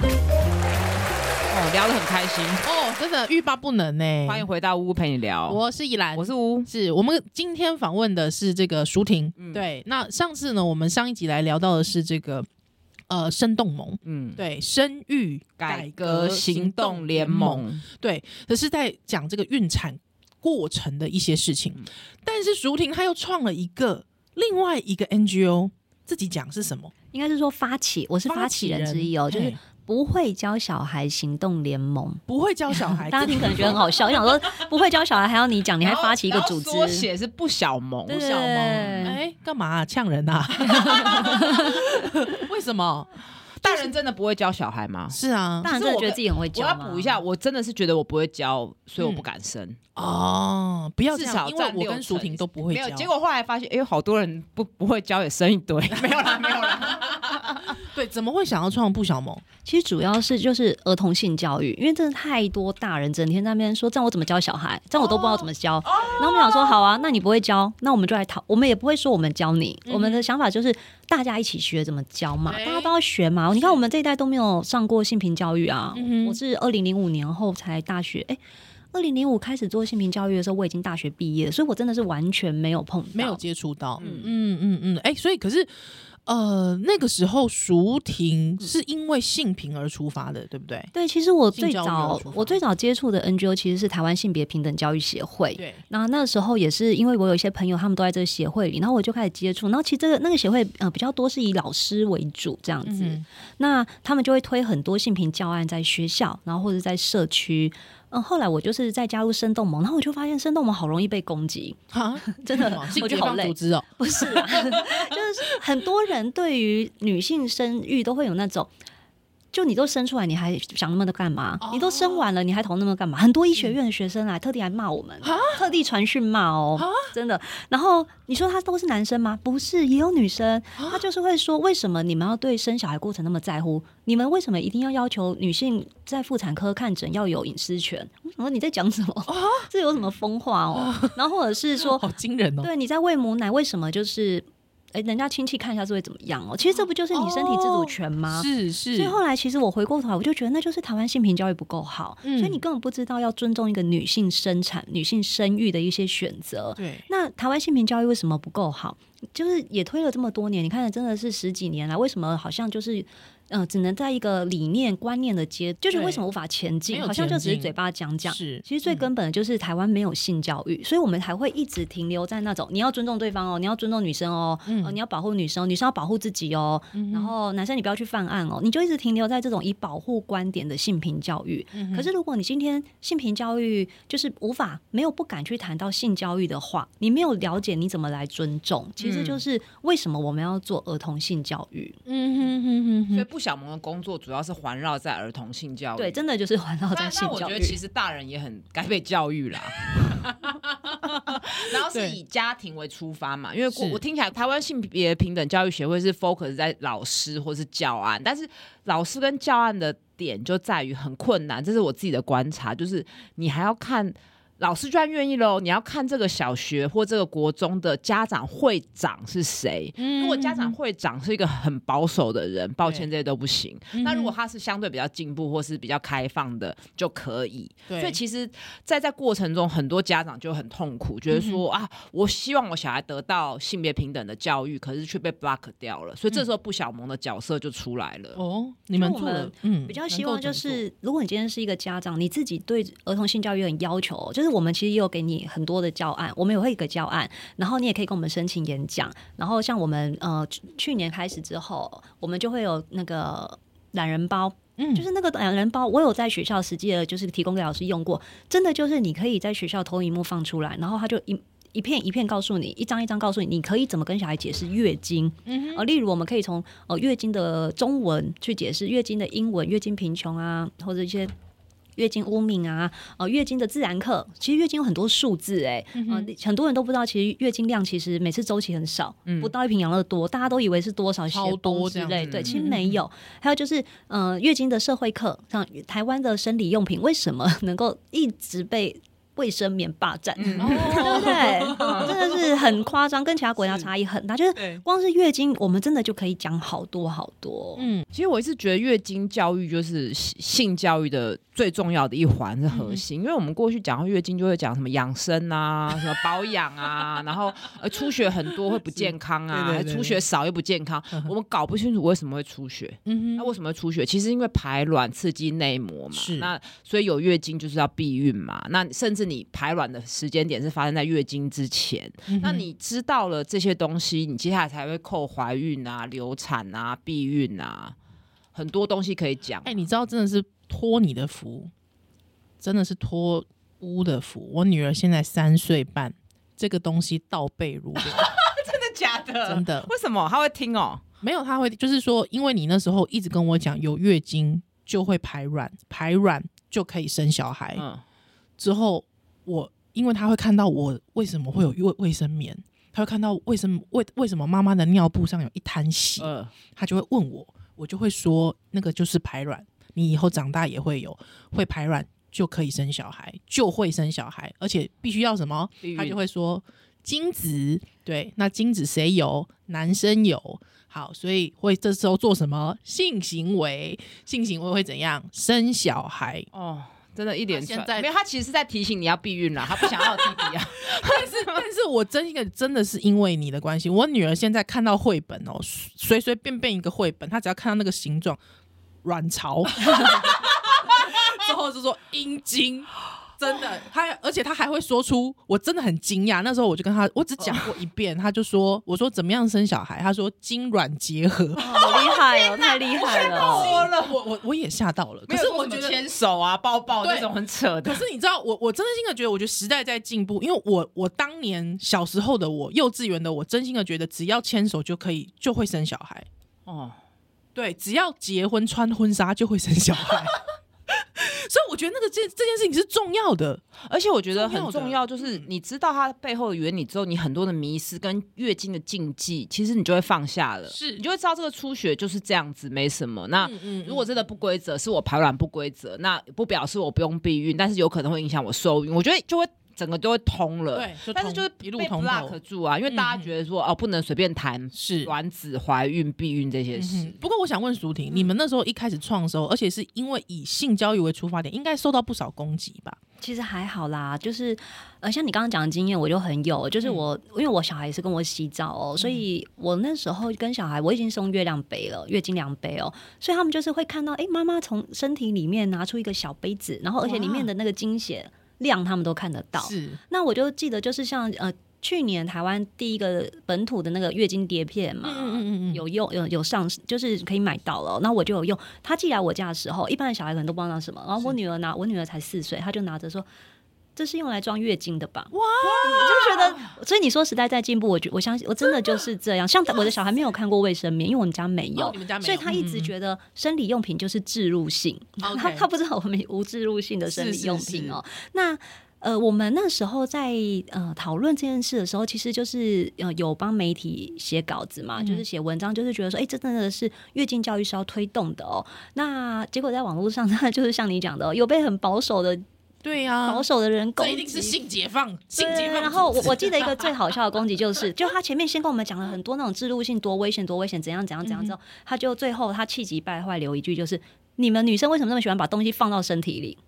B: 哦，聊得很开心，
A: 哦，真的欲罢不能呢、
B: 欢迎回到屋陪你聊。
A: 我是依兰，
B: 我是屋，
A: 是我们今天访问的是这个舒婷。
B: 嗯
A: 对，那上次呢，我们上一集来聊到的是这个呃生动盟，
B: 嗯，
A: 对生育
B: 改革行动联，盟，
A: 对，这是在讲这个孕产过程的一些事情。
B: 嗯
A: 但是舒婷她又创了一个另外一个 NGO，自己讲是什么？
C: 应该是说发起，我是发起人之一哦，就是
A: 嘿
C: 不会教小孩行动联盟。
A: 不会教小 孩，
C: 大家听可能觉得很好笑，我想说不会教小孩还要你讲，你还发起一个组织
B: 然后，缩写是不小盟，
C: 对
B: 小盟。
A: 哎干嘛啊呛、人啊？ 为什么？
B: 大人真的不会教小孩吗？
A: 是啊，
C: 大人真的觉得自己很会
B: 我
C: 教
B: 要
C: 吗
B: 补一下，，我真的是觉得我不会教，所以我不敢生。
A: 哦，不要这
B: 至
A: 样，
B: 少
A: 因为
B: 占
A: 我
B: 六
A: 跟舒
B: 成
A: 婷都不会
B: 没
A: 教
B: 有，，结果后来发现，哎、有好多人不不会教也生一堆，没有啦，没有啦。
A: 对，怎么会想要创不小萌？
C: 其实主要是就是儿童性教育，因为真的太多大人整天在那边说，这样我怎么教小孩？这样我都不知道怎么教。
A: 哦
C: 然后我们想说，好啊，那你不会教，那我们就来讨，我们也不会说我们教你。
A: 嗯
C: 我们的想法就是大家一起学怎么教嘛，
A: 哎
C: 大家都要学嘛。你看我们这一代都没有上过性平教育啊，
A: 嗯哼
C: 我是二零零五年后才大学，哎、二零零五开始做性平教育的时候，我已经大学毕业了，所以我真的是完全没有碰到，
A: 没有接触到，嗯
B: 嗯
A: 嗯嗯嗯，哎、所以可是。呃，那个时候熟
C: 嗯
A: 婷是因为性平而出发的，对不对？
C: 对，其实我
A: 性
C: 最
A: 教育有
C: 早
A: 出发
C: 我最早接触的 NGO 其实是台湾性别平等教育协会。
A: 对，
C: 那那时候也是因为我有一些朋友，他们都在这个协会里，然后我就开始接触。然后其实这个那个协会呃比较多是以老师为主这样子，
A: 嗯
C: 那他们就会推很多性平教案在学校，然后或者在社区。嗯，后来我就是在加入生动盟，然后我就发现生动盟好容易被攻击，
A: 哈，
C: 真的
A: 哦性
C: 我
A: 解
C: 就好
A: 放
C: 累
A: 组。织哦，
C: 不是啦， 就是很多人对于女性生育都会有那种。就你都生出来，你还想那么多干嘛？你都生完了，你还投那么多干嘛？很多医学院的学生来，啊特地来骂我们，特地传讯骂哦，真的。然后你说他都是男生吗？不是，也有女生，他就是会说，为什么你们要对生小孩过程那么在乎？你们为什么一定要要求女性在妇产科看诊要有隐私权？我想说你在讲什么？ 这有什么疯话哦？然后或者是说，
A: 好惊人哦，
C: 对，你在喂母奶，为什么就是哎，人家亲戚看一下是会怎么样哦？其实这不就是你身体自主权吗？
A: 是哦是，
C: 所以后来，其实我回过头来，我就觉得那就是台湾性平教育不够好，
A: 嗯
C: 所以你根本不知道要尊重一个女性生产、女性生育的一些选择。
A: 对，
C: 那台湾性平教育为什么不够好？就是也推了这么多年，你看真的是十几年来，为什么好像就是呃，只能在一个理念观念的阶，就是
A: 对
C: 为什么无法前进？
A: 没有
C: 好像就
A: 前
C: 只是
A: 进
C: 嘴巴讲讲，
A: 是，嗯
C: 其实最根本的就是台湾没有性教育，所以我们还会一直停留在那种你要尊重对方哦，你要尊重女生哦，
A: 嗯
C: 哦你要保护女生哦，女生要保护自己哦，
A: 嗯
C: 然后男生你不要去犯案哦，你就一直停留在这种以保护观点的性平教育。
A: 嗯
C: 可是如果你今天性平教育就是无法没有不敢去谈到性教育的话，你没有了解你怎么来尊重，其实就是为什么我们要做儿童性教育？
A: 嗯哼哼哼
B: 所以
A: 哼，
B: 不小萌的工作主要是环绕在儿童性教育。
C: 对，真的就是环绕在
B: 但
C: 性
B: 但我
C: 教
B: 觉
C: 育
B: 得。其实大人也很该被教育 啦。然后是
A: 对
B: 以家庭为出发嘛，因为我
A: 是
B: 我听起来台湾性别平等教育协会是 focus 在老师或是教案，但是老师跟教案的点就在于很困难，这是我自己的观察，就是你还要看。老师居然愿意喽！你要看这个小学或这个国中的家长会长是谁，
A: 嗯
B: 如果家长会长是一个很保守的人，抱歉，这些都不行。那如果他是相对比较进步或是比较开放的，就可以。
A: 对
B: 所以其实，在在过程中，很多家长就很痛苦，觉得说、啊，我希望我小孩得到性别平等的教育，可是却被 block 掉了。所以这时候，不小萌的角色就出来了。
A: 哦，你们
C: 就我
A: 做了
C: 们，
A: 嗯，
C: 比较
A: 能
C: 希
A: 够
C: 望
A: 怎
C: 就
A: 么做
C: 是，如果你今天是一个家长，你自己对儿童性教育很要求哦，就是我们其实也有给你很多的教案，我们也会有一个教案，然后你也可以跟我们申请演讲，然后像我们呃去去年开始之后，我们就会有那个。懒人包
A: 嗯，
C: 就是那个懒人包，我有在学校实际的，就是提供给老师用过。真的就是你可以在学校投影幕放出来，然后他就一一片一片告诉你，一张一张告诉你，你可以怎么跟小孩解释月经。
A: 嗯
C: 呃，例如我们可以从呃月经的中文去解释月经的英文、月经贫穷啊，或者一些。月经污名啊，呃，月经的自然课，其实月经有很多数字哎、嗯、很多人都不知道，其实月经量其实每次周期很少，不到一瓶养乐多，大家都以为是多少血
A: 嗯超多
C: 崩之
A: 这样
C: 类，
A: 子嗯
C: 对，其实没有。还有就是，呃，月经的社会课，像台湾的生理用品为什么能够一直被卫生棉霸占？
A: 嗯
C: 对
A: 哦
C: 不对？真的是很夸张，跟其他国家差异很大。就是光是月经，我们真的就可以讲好多好多。
A: 嗯
B: 其实我一直觉得月经教育就是性性教育的最重要的一环是
A: 嗯
B: 核心，因为我们过去讲到月经就会讲什么养生啊、什么保养啊，然后呃出血很多会不健康
A: 对
B: 啊，
A: 对对
B: 还
A: 对
B: 出血少又不健康，我们搞不清楚为什么会出血。
A: 嗯
B: 那
A: 哼，
B: 为什么会出血？其实因为排卵刺激内膜嘛
A: 是，
B: 那所以有月经就是要避孕嘛。那甚至你排卵的时间点是发生在月经之前，
A: 嗯
B: 那你知道了这些东西，你接下来才会扣怀孕啊、流产啊、避孕啊，很多东西可以讲。
A: 哎，你知道 真的是托你的福，真的是托屋的福。我女儿现在三岁半，这个东西倒背如流，
B: 真的假的
A: 真的
B: 为什么他会听哦？
A: 没有，她会就是说，因为你那时候一直跟我讲有月经就会排卵，排卵就可以生小孩，
B: 嗯，
A: 之后，我因为他会看到我为什么会有卫卫生棉，他会看到为什么为为什么妈妈的尿布上有一滩血，
B: 呃，
A: 他就会问我，我就会说那个就是排卵，你以后长大也会有，会排卵就可以生小孩，就会生小孩，而且必须要什么
B: 避，孕
A: 他就会说精子，对，那精子谁有？男生有。好，所以会这时候做什么性行为？性行为会怎样？生小孩，
B: 哦，真的，一连
A: 现
B: 串。
A: 在
B: 没有，他其实是在提醒你要避孕了，他不想要有弟弟 啊。
A: 但是我真一个真的是因为你的关系，我女儿现在看到绘本哦，随随便便一个绘本，她只要看到那个形状，卵巢， 之后就说阴茎。真的，她而且她还会说出，我真的很惊讶。那时候我就跟她，我只讲过一遍，她就说，我说怎么样生小孩，她说精卵结合。
C: 好厉害哦，太厉害了！
A: 说了，我我我也吓到了。可是我觉得
B: 牵手啊、抱抱
A: 对
B: 这种很扯的
A: 可。是你知道，我我真心的觉得，我觉得时代在进步，因为我我当年小时候的我，幼稚园的我，真心的觉得，只要牵手就可以就会生小孩，
B: 哦，
A: 对，只要结婚穿婚纱就会生小孩。 所以我觉得那个这这件事情是重要的，
B: 而且我觉得很
A: 重要的嗯
B: 重要，就是你知道它背后的原理之后，你很多的迷失跟月经的禁忌，其实你就会放下了，
A: 是
B: 你就会知道这个出血就是这样子，没什么。那
A: 嗯嗯嗯
B: 如果真的不规则，是我排卵不规则，那不表示我不用避孕，但是有可能会影响我受孕，我觉得就会整个都会通了。
A: 对，
B: 但是就是
A: 一路
B: 被
A: 通
B: block
A: 透，嗯
B: 住啊，因为大家觉得说、哦，不能随便谈
A: 是
B: 卵子、怀孕、避孕这些
A: 嗯
B: 事。
A: 哼不过我想问舒婷，你们那时候一开始创的时候，而且是因为以性交易为出发点，应该受到不少攻击吧？
C: 其实还好啦，就是呃，像你刚刚讲的经验，我就很有，就是
A: 嗯
C: 我、因为我小孩也是跟我洗澡哦，所以我那时候跟小孩我已经送月亮杯了，月经量杯哦，所以他们就是会看到，哎，妈妈从身体里面拿出一个小杯子，然后而且里面的那个经血量他们都看得到，
A: 是，
C: 那我就记得就是像呃去年台湾第一个本土的那个月经碟片嘛，
A: 嗯嗯嗯嗯，
C: 有用有有上，就是可以买到了。那我就有用。他寄来我家的时候，一般的小孩可能都不知道那是什么。然后我女儿拿，我女儿才四岁，她就拿着说。这是用来装月经的吧？哇！你就觉得，所以你说时代在进步，我觉我相信，我真的就是这样。像我的小孩没有看过卫生棉，因为我们家没有，
A: 哦你们家没有
C: 所以他一直觉得生理用品就是置入性，
A: OK
C: 他他不知道我们无置入性的生理用品哦。那呃，我们那时候在呃讨论这件事的时候，其实就是呃有帮媒体写稿子嘛，
A: 嗯
C: 就是写文章，就是觉得说，哎、这真的是月经教育是要推动的哦。那结果在网络上， 那就是像你讲的哦、有被很保守的
A: 对呀、
C: 保守的人攻
A: 啊这
C: 击，
A: 一定是性解放，性
C: 对
A: 解放组织。
C: 然后我我记得一个最好笑的攻击就是，就他前面先跟我们讲了很多那种制度性多危险多危险怎样怎样怎
A: 嗯
C: 样之后，他就最后他气急败坏留一句就是。你们女生为什么那么喜欢把东西放到身体里？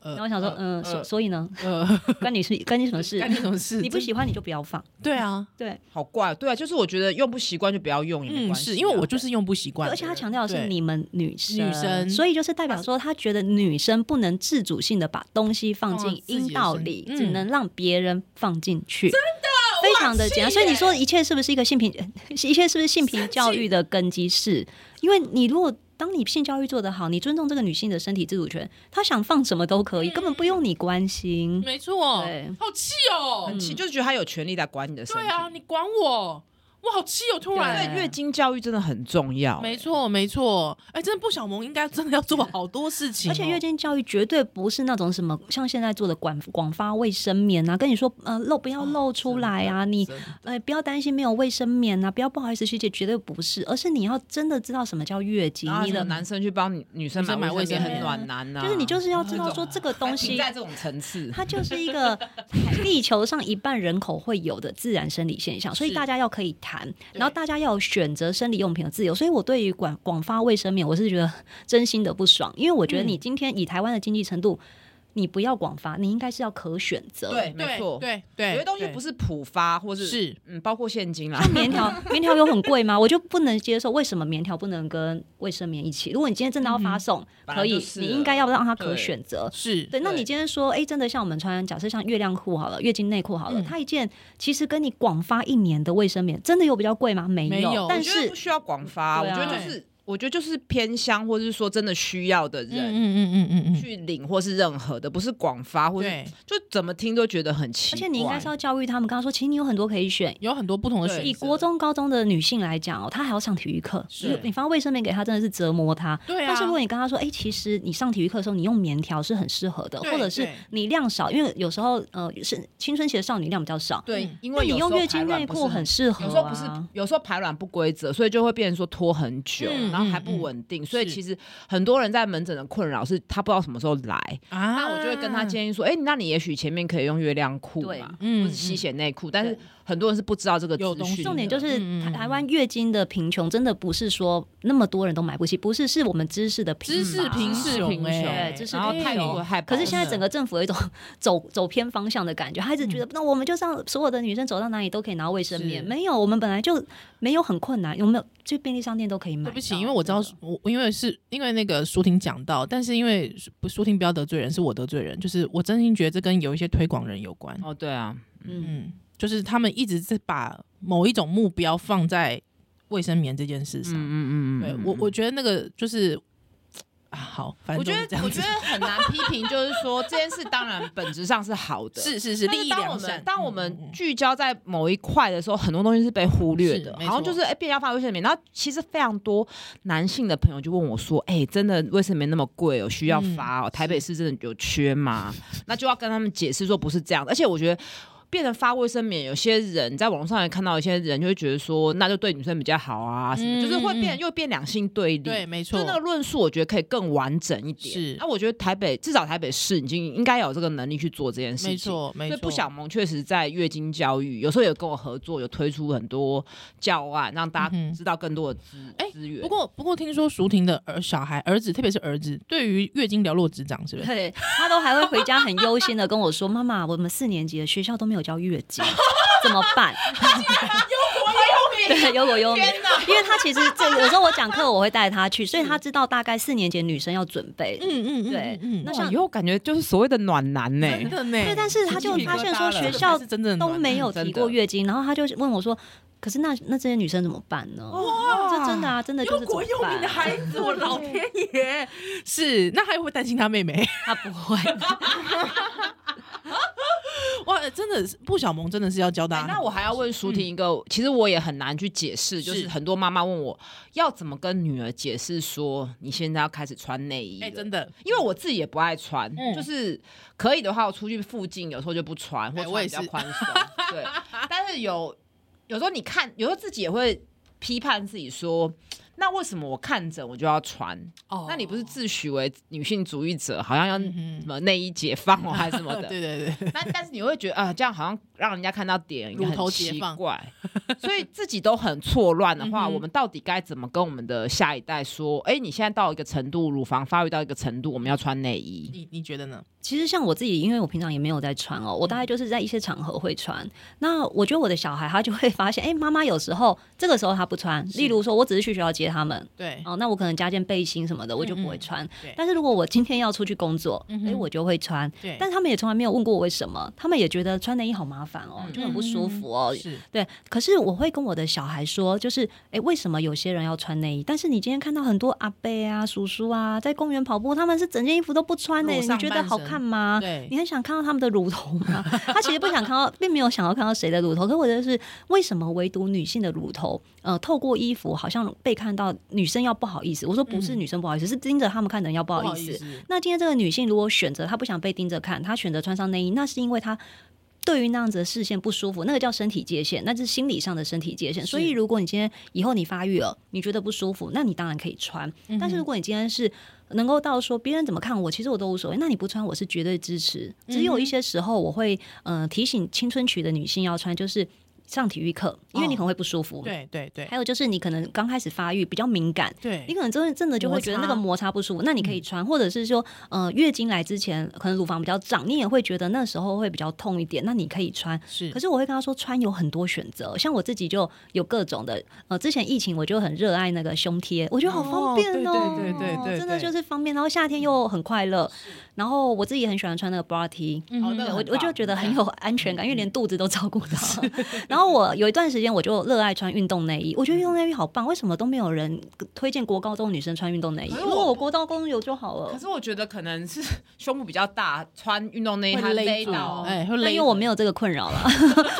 A: 呃
C: 然后我想说，嗯，所所以呢，
A: 呃，
C: 关你是关你 什么事
A: 干？你什么事？
C: 你不
A: 真
C: 喜欢你就不要放。
A: 对啊，
C: 对，
B: 好怪，对啊，就是我觉得用不习惯就不要用也没
A: 嗯，
B: 关系啊、
A: 是因为我就是用不习惯的
C: 而
A: 人，
C: 且他强调的是
A: 对
C: 你们女生，
A: 女生啊
C: 所以就是代表说他觉得女生不能自主性的把东西放
A: 放
C: 进
A: 自己的
C: 阴道
A: 身
C: 里，
A: 嗯
C: 只能让别人放进去。真的。非常的简单，
A: 气
C: 所以你
A: 耶
C: 说一切是不是一个性平， 一切是不是性平教育的根基是？因为你如果当你性教育做得好，你尊重这个女性的身体自主权，她想放什么都可
A: 嗯
C: 以，根本不用你关心。
A: 没错
C: 对，
A: 好气哦
B: 很，气，就是觉得他有权利来管你的身体。
A: 对啊，你管我，我好气哦，突
B: 对，
A: 然。
B: 月经教育真的很重要、欸
A: 没错，没错，哎，真的不小萌应该真的要做好多事情哦，
C: 而且月经教育绝对不是那种什么像现在做的广广发卫生棉啊，跟你说呃露不要露出来啊，你
A: 哦真的
C: 哎，不要担心没有卫生棉啊，不要不好意思去借，绝对不是，而是你要真的知道什么叫月经，
A: 啊
B: 然后
C: 你的
B: 什么男生去帮女女生买卫生
A: 女生
B: 棉
A: 买卫生棉
B: 很暖男呐、
C: 就是你就是
A: 啊
C: 要知道说这个东
B: 还停
C: 西。
B: 在这种层 次，
C: 它就是一个地球上一半人口会有的自然生理现象，所以
A: 是
C: 大家要可以谈，然后大家要有选择生理用品的自由。所以我对于广广发卫生棉，我是觉得真心的不爽，因为我觉得你今天以台湾的经济程度，你不要广发，你应该是要可选择。
B: 对， 没
A: 对
B: 错，
A: 对对，
B: 有些东西
A: 对
B: 不是普发，或是
A: 是
B: 嗯，包括现金啦，
C: 棉条， 棉条有很贵吗？我就不能接受。为什么棉条不能跟卫生棉一起？如果你今天真的要发送，
B: 嗯本
C: 可
B: 来
C: 以
B: 就，是
C: 你
B: 了
C: 应该要让它可
B: 对
C: 选择。
A: 是
C: 对，那你今天说，哎、真的像我们穿，假设像月亮裤好了，月经内裤好
B: 嗯
C: 了，它一件其实跟你广发一年的卫生棉，真的有比较贵吗？没有，
A: 没有
C: 但
B: 我觉得
C: 是
B: 不需要广发，我
C: 对
B: 觉
C: 啊
B: 得就是我觉得就是偏乡，或者是说真的需要的
A: 嗯
B: 人。
A: 嗯嗯嗯嗯嗯，
B: 去领或是任何的，不是广发或是
A: 对，
B: 就怎么听都觉得很奇
C: 而
B: 怪。
C: 且你应该是要教育他们，刚刚说，其实你有很多可以选。
A: 有很多不同的选
B: 对
C: 以
A: 择，
C: 国中、高中的女性来讲哦，她还要上体育课，
A: 是
C: 你发卫生棉给她真的是折磨她。
A: 对啊，
C: 但是如果你跟她说，哎、其实你上体育课的时候，你用棉条是很适合的，
A: 对
C: 或者是
A: 对
C: 你量少，因为有时候呃是青春期的少女量比较少，
B: 对
A: 嗯，
B: 因
C: 那
B: 为
C: 你
B: 有时
C: 用
B: 候
C: 月
B: 排
C: 经
B: 卵
C: 内
B: 不是
C: 裤很适合、啊，
B: 有时候不是，有时候排卵不规则，所以就会变成说拖很久。
A: 嗯
B: 然后还不稳定，所以
A: 是
B: 其实很多人在门诊的困扰是他不知道什么时候来，
A: 啊
B: 那我就会跟他，建议说，哎、那你也许前面可以用月亮裤
C: 对
B: 嘛，
A: 嗯
B: 或是吸血内裤，但是
C: 对
B: 很多人是不知道这个
A: 有
B: 资
A: 东西
B: 讯
A: 重
B: 的。
C: 重点就是
A: 嗯嗯嗯
C: 台台湾月经的贫穷，真的不是说那么多人都买不起，不是是我们知识的贫
A: 知识
C: 乏
A: 贫
B: 知识
A: 穷
B: 贫
A: 哎
C: 对知识
B: 然后
C: 贫
B: 太
C: 穷
B: 多害怕
C: 可
B: 了。
C: 是现在整个政府有一种 走走偏方向的感觉，孩子
A: 嗯
C: 觉得、那我们就让所有的女生走到哪里都可以拿卫生棉，
B: 是
C: 没有，我们本来就没有很困难，有没有？去便利商店都可以买
A: 对
C: 到。
A: 不起，因为我知道
C: 真的
A: 我，因为是因为那个舒婷讲到，但是因为不舒婷不要得罪人，是我得罪人，就是我真心觉得这跟有一些推广人有关，
B: 哦，对啊，
C: 嗯，
A: 嗯，就是他们一直是把某一种目标放在卫生棉这件事
B: 嗯
A: 上，
B: 嗯嗯嗯，
A: 对
B: 嗯
A: 我我觉得那个就是啊，好，反
B: 我
A: 正就
B: 觉
A: 是这
B: 得
A: 样
B: 我觉
A: 子
B: 得很难批评，就是说这件事当然本质上是好的，
A: 是是是
B: 但
A: 利
B: 是
A: 益
B: 当我
A: 良
B: 们
A: 善，
B: 当我
A: 嗯嗯
B: 们
A: 嗯
B: 聚焦在某一块的时候，很多东西是被忽略
A: 是
B: 的，
A: 没
B: 好像
A: 错
B: 就是哎，便要放卫生棉。然后其实非常多男性的朋友就问我说：“哎，真的卫生棉那么贵哦，需要
A: 嗯
B: 发哦？台北市真的有缺吗？” 那就要跟他们解释说不是这样的，而且我觉得。变成发卫生棉，有些人在网络上也看到，有些人就会觉得说，那就对女生比较好啊，什么，
A: 嗯
B: 就是会
A: 嗯
B: 变
A: 嗯
B: 又变两性对立。
A: 对，没错
B: 就，那个论述，我觉得可以更完整一点。
A: 是
B: 那我觉得台北至少台北市已经应该有这个能力去做这件事情。
A: 没错，没
B: 所
A: 错，
B: 以不小萌确实在月经教育，有时候有跟我合作，有推出很多教案，让
A: 嗯
B: 大家
A: 哼
B: 知道更多的资
A: 哎
B: 资源。
A: 不过，不过听说舒婷的儿小孩儿子，特别是儿子，对于月经了若指掌，
B: 嗯
A: 是不是？
C: 对他都还会回家很忧心的跟我说：“妈妈，我们四年级的学校都没有教月 经，怎么办？” 对，有我有名，因为他其实这有时候我讲课我会带他去，所以他知道大概四年级的女生要准备。
A: 嗯嗯
C: 对
B: 哇
C: 那像
B: 以后感觉就是所谓的暖男呢、
A: 真的呢。
C: 对，但是他就
B: 鸡皮
C: 发
B: 疙
C: 现
B: 瘩
C: 说
B: 了
C: 学
A: 这个
C: 校
A: 才是真正的
C: 都
A: 暖
C: 没
A: 男
C: 有
B: 真
C: 提
B: 的
C: 过月经，然后他就问我说：“可是那那这些女生怎么办呢？”这真的啊，真的就是怎么办啊
A: 子，我老天爷！是，那还会担心他妹妹？
C: 他不会，
A: 哇，真的是不小萌，真的是要教大
B: 哎
A: 家。
B: 那我还要问舒婷一个，其实我也很难去解释，就是
A: 是
B: 很多妈妈问我要怎么跟女儿解释说你现在要开始穿内衣了。
A: 哎，真的，
B: 因为我自己也不爱穿，
A: 嗯
B: 就是可以的话，我出去附近有时候就不穿，或
A: 哎我
B: 穿
A: 也
B: 比
A: 是
B: 较宽 松。对，但是有有时候你看，有时候自己也会批判自己说，那为什么我看诊我就要穿？
A: 哦
B: 那你不是自诩为女性主义者，好像要
A: 嗯哼
B: 什么内衣解放哦，还是什么 的？
A: 对对 对，
B: 但但是你会觉得啊、这样好像让人家看到点，应该
A: 乳头
B: 很
A: 解
B: 奇
A: 放
B: 怪，所以自己都很错乱的话，
A: 嗯哼
B: 我们到底该怎么跟我们的下一代说？哎、你现在到一个程度，乳房发育到一个程度，我们要穿内衣。
A: 你你觉得呢？
C: 其实像我自己，因为我平常也没有在穿哦，我大
A: 嗯
C: 概就是在一些场合会穿。那我觉得我的小孩他就会发现，哎、妈妈有时候这个时候他不穿，例如说我只是去学校接他们，
A: 对，嗯
C: 哦，那我可能加件背心什么的，我就不会穿。
A: 对
C: 但是如果我今天要出去工作，哎、
A: 嗯哼
C: 我就会穿。
A: 对，
C: 但他们也从来没有问过我为什么，他们也觉得穿内衣好麻烦
A: 嗯
C: 哦，就很不舒服哦。
A: 是
C: 对，可是我会跟我的小孩说，就是哎，为什么有些人要穿内衣？但是你今天看到很多阿伯啊、叔叔啊，在公园跑步，他们是整件衣服都不穿呢、
A: 裸
C: 你
A: 上
C: 觉得
A: 半
C: 好
A: 身
C: 看吗？
A: 对
C: 啊你很想看到他们的乳头吗？ 他其实不想看到，并没有想要看到谁的乳头。可我觉得是为什么唯独女性的乳头，呃，透过衣服好像被看到，女生要不好意思。我说不是
A: 嗯
C: 女生不好意思，是盯着他们看的人要不
A: 不
C: 好
A: 好
C: 意
A: 意
C: 思。
A: 思，
C: 那今天这个女性如果选择她不想被盯着看，她选择穿上内衣，那是因为她对于那样子的视线不舒服，那个叫身体界限，那是心理上的身体界限。所以如果你今天以后你发育了，你觉得不舒服，那你当然可以穿。但是如果你今天是能够到说别人怎么看我，其实我都无所谓，那你不穿我是绝对支持。只有一些时候我会嗯、呃提醒青春期的女性要穿，就是上体育课，因为你可能会不舒服。
A: 对对对
C: 还有就是你可能刚开始发育比较敏感，
A: 对，
C: 你可能真的真的就会觉得那个摩擦不舒服，那你可
A: 嗯
C: 以穿，或者是说，呃，月经来之前可能乳房比较胀，你也会觉得那时候会比较痛一点，那你可以穿。
A: 是
C: 可是我会跟他说，穿有很多选择，像我自己就有各种的。呃，之前疫情我就很热爱那个胸贴，我觉得好方便哦，
A: 哦对对对对对
C: 真的
A: 对
C: 就是方便。然后夏天又很快乐，然后我自己也很喜欢穿那个 bra T，
A: 嗯
B: 哦那
C: 对
B: 个
C: 我
B: 很
C: 我就
B: 棒嗯
C: 觉得很有安全感，因为连肚子都照顾 到。然后我有一段时间我就热爱穿运动内衣，我觉得运动内衣好棒，为什么都没有人推荐国高中女生穿运动内衣？
B: 可是
C: 如
B: 我
C: 果我国高中有就好
B: 可
C: 了。
B: 是我觉得可能是 胸部比较大，穿运动内衣
A: 会
B: 它
A: 勒
B: 勒
A: 住
B: 到，
A: 哎，会
C: 哦那
A: 勒，
C: 因为我没有这个困扰了，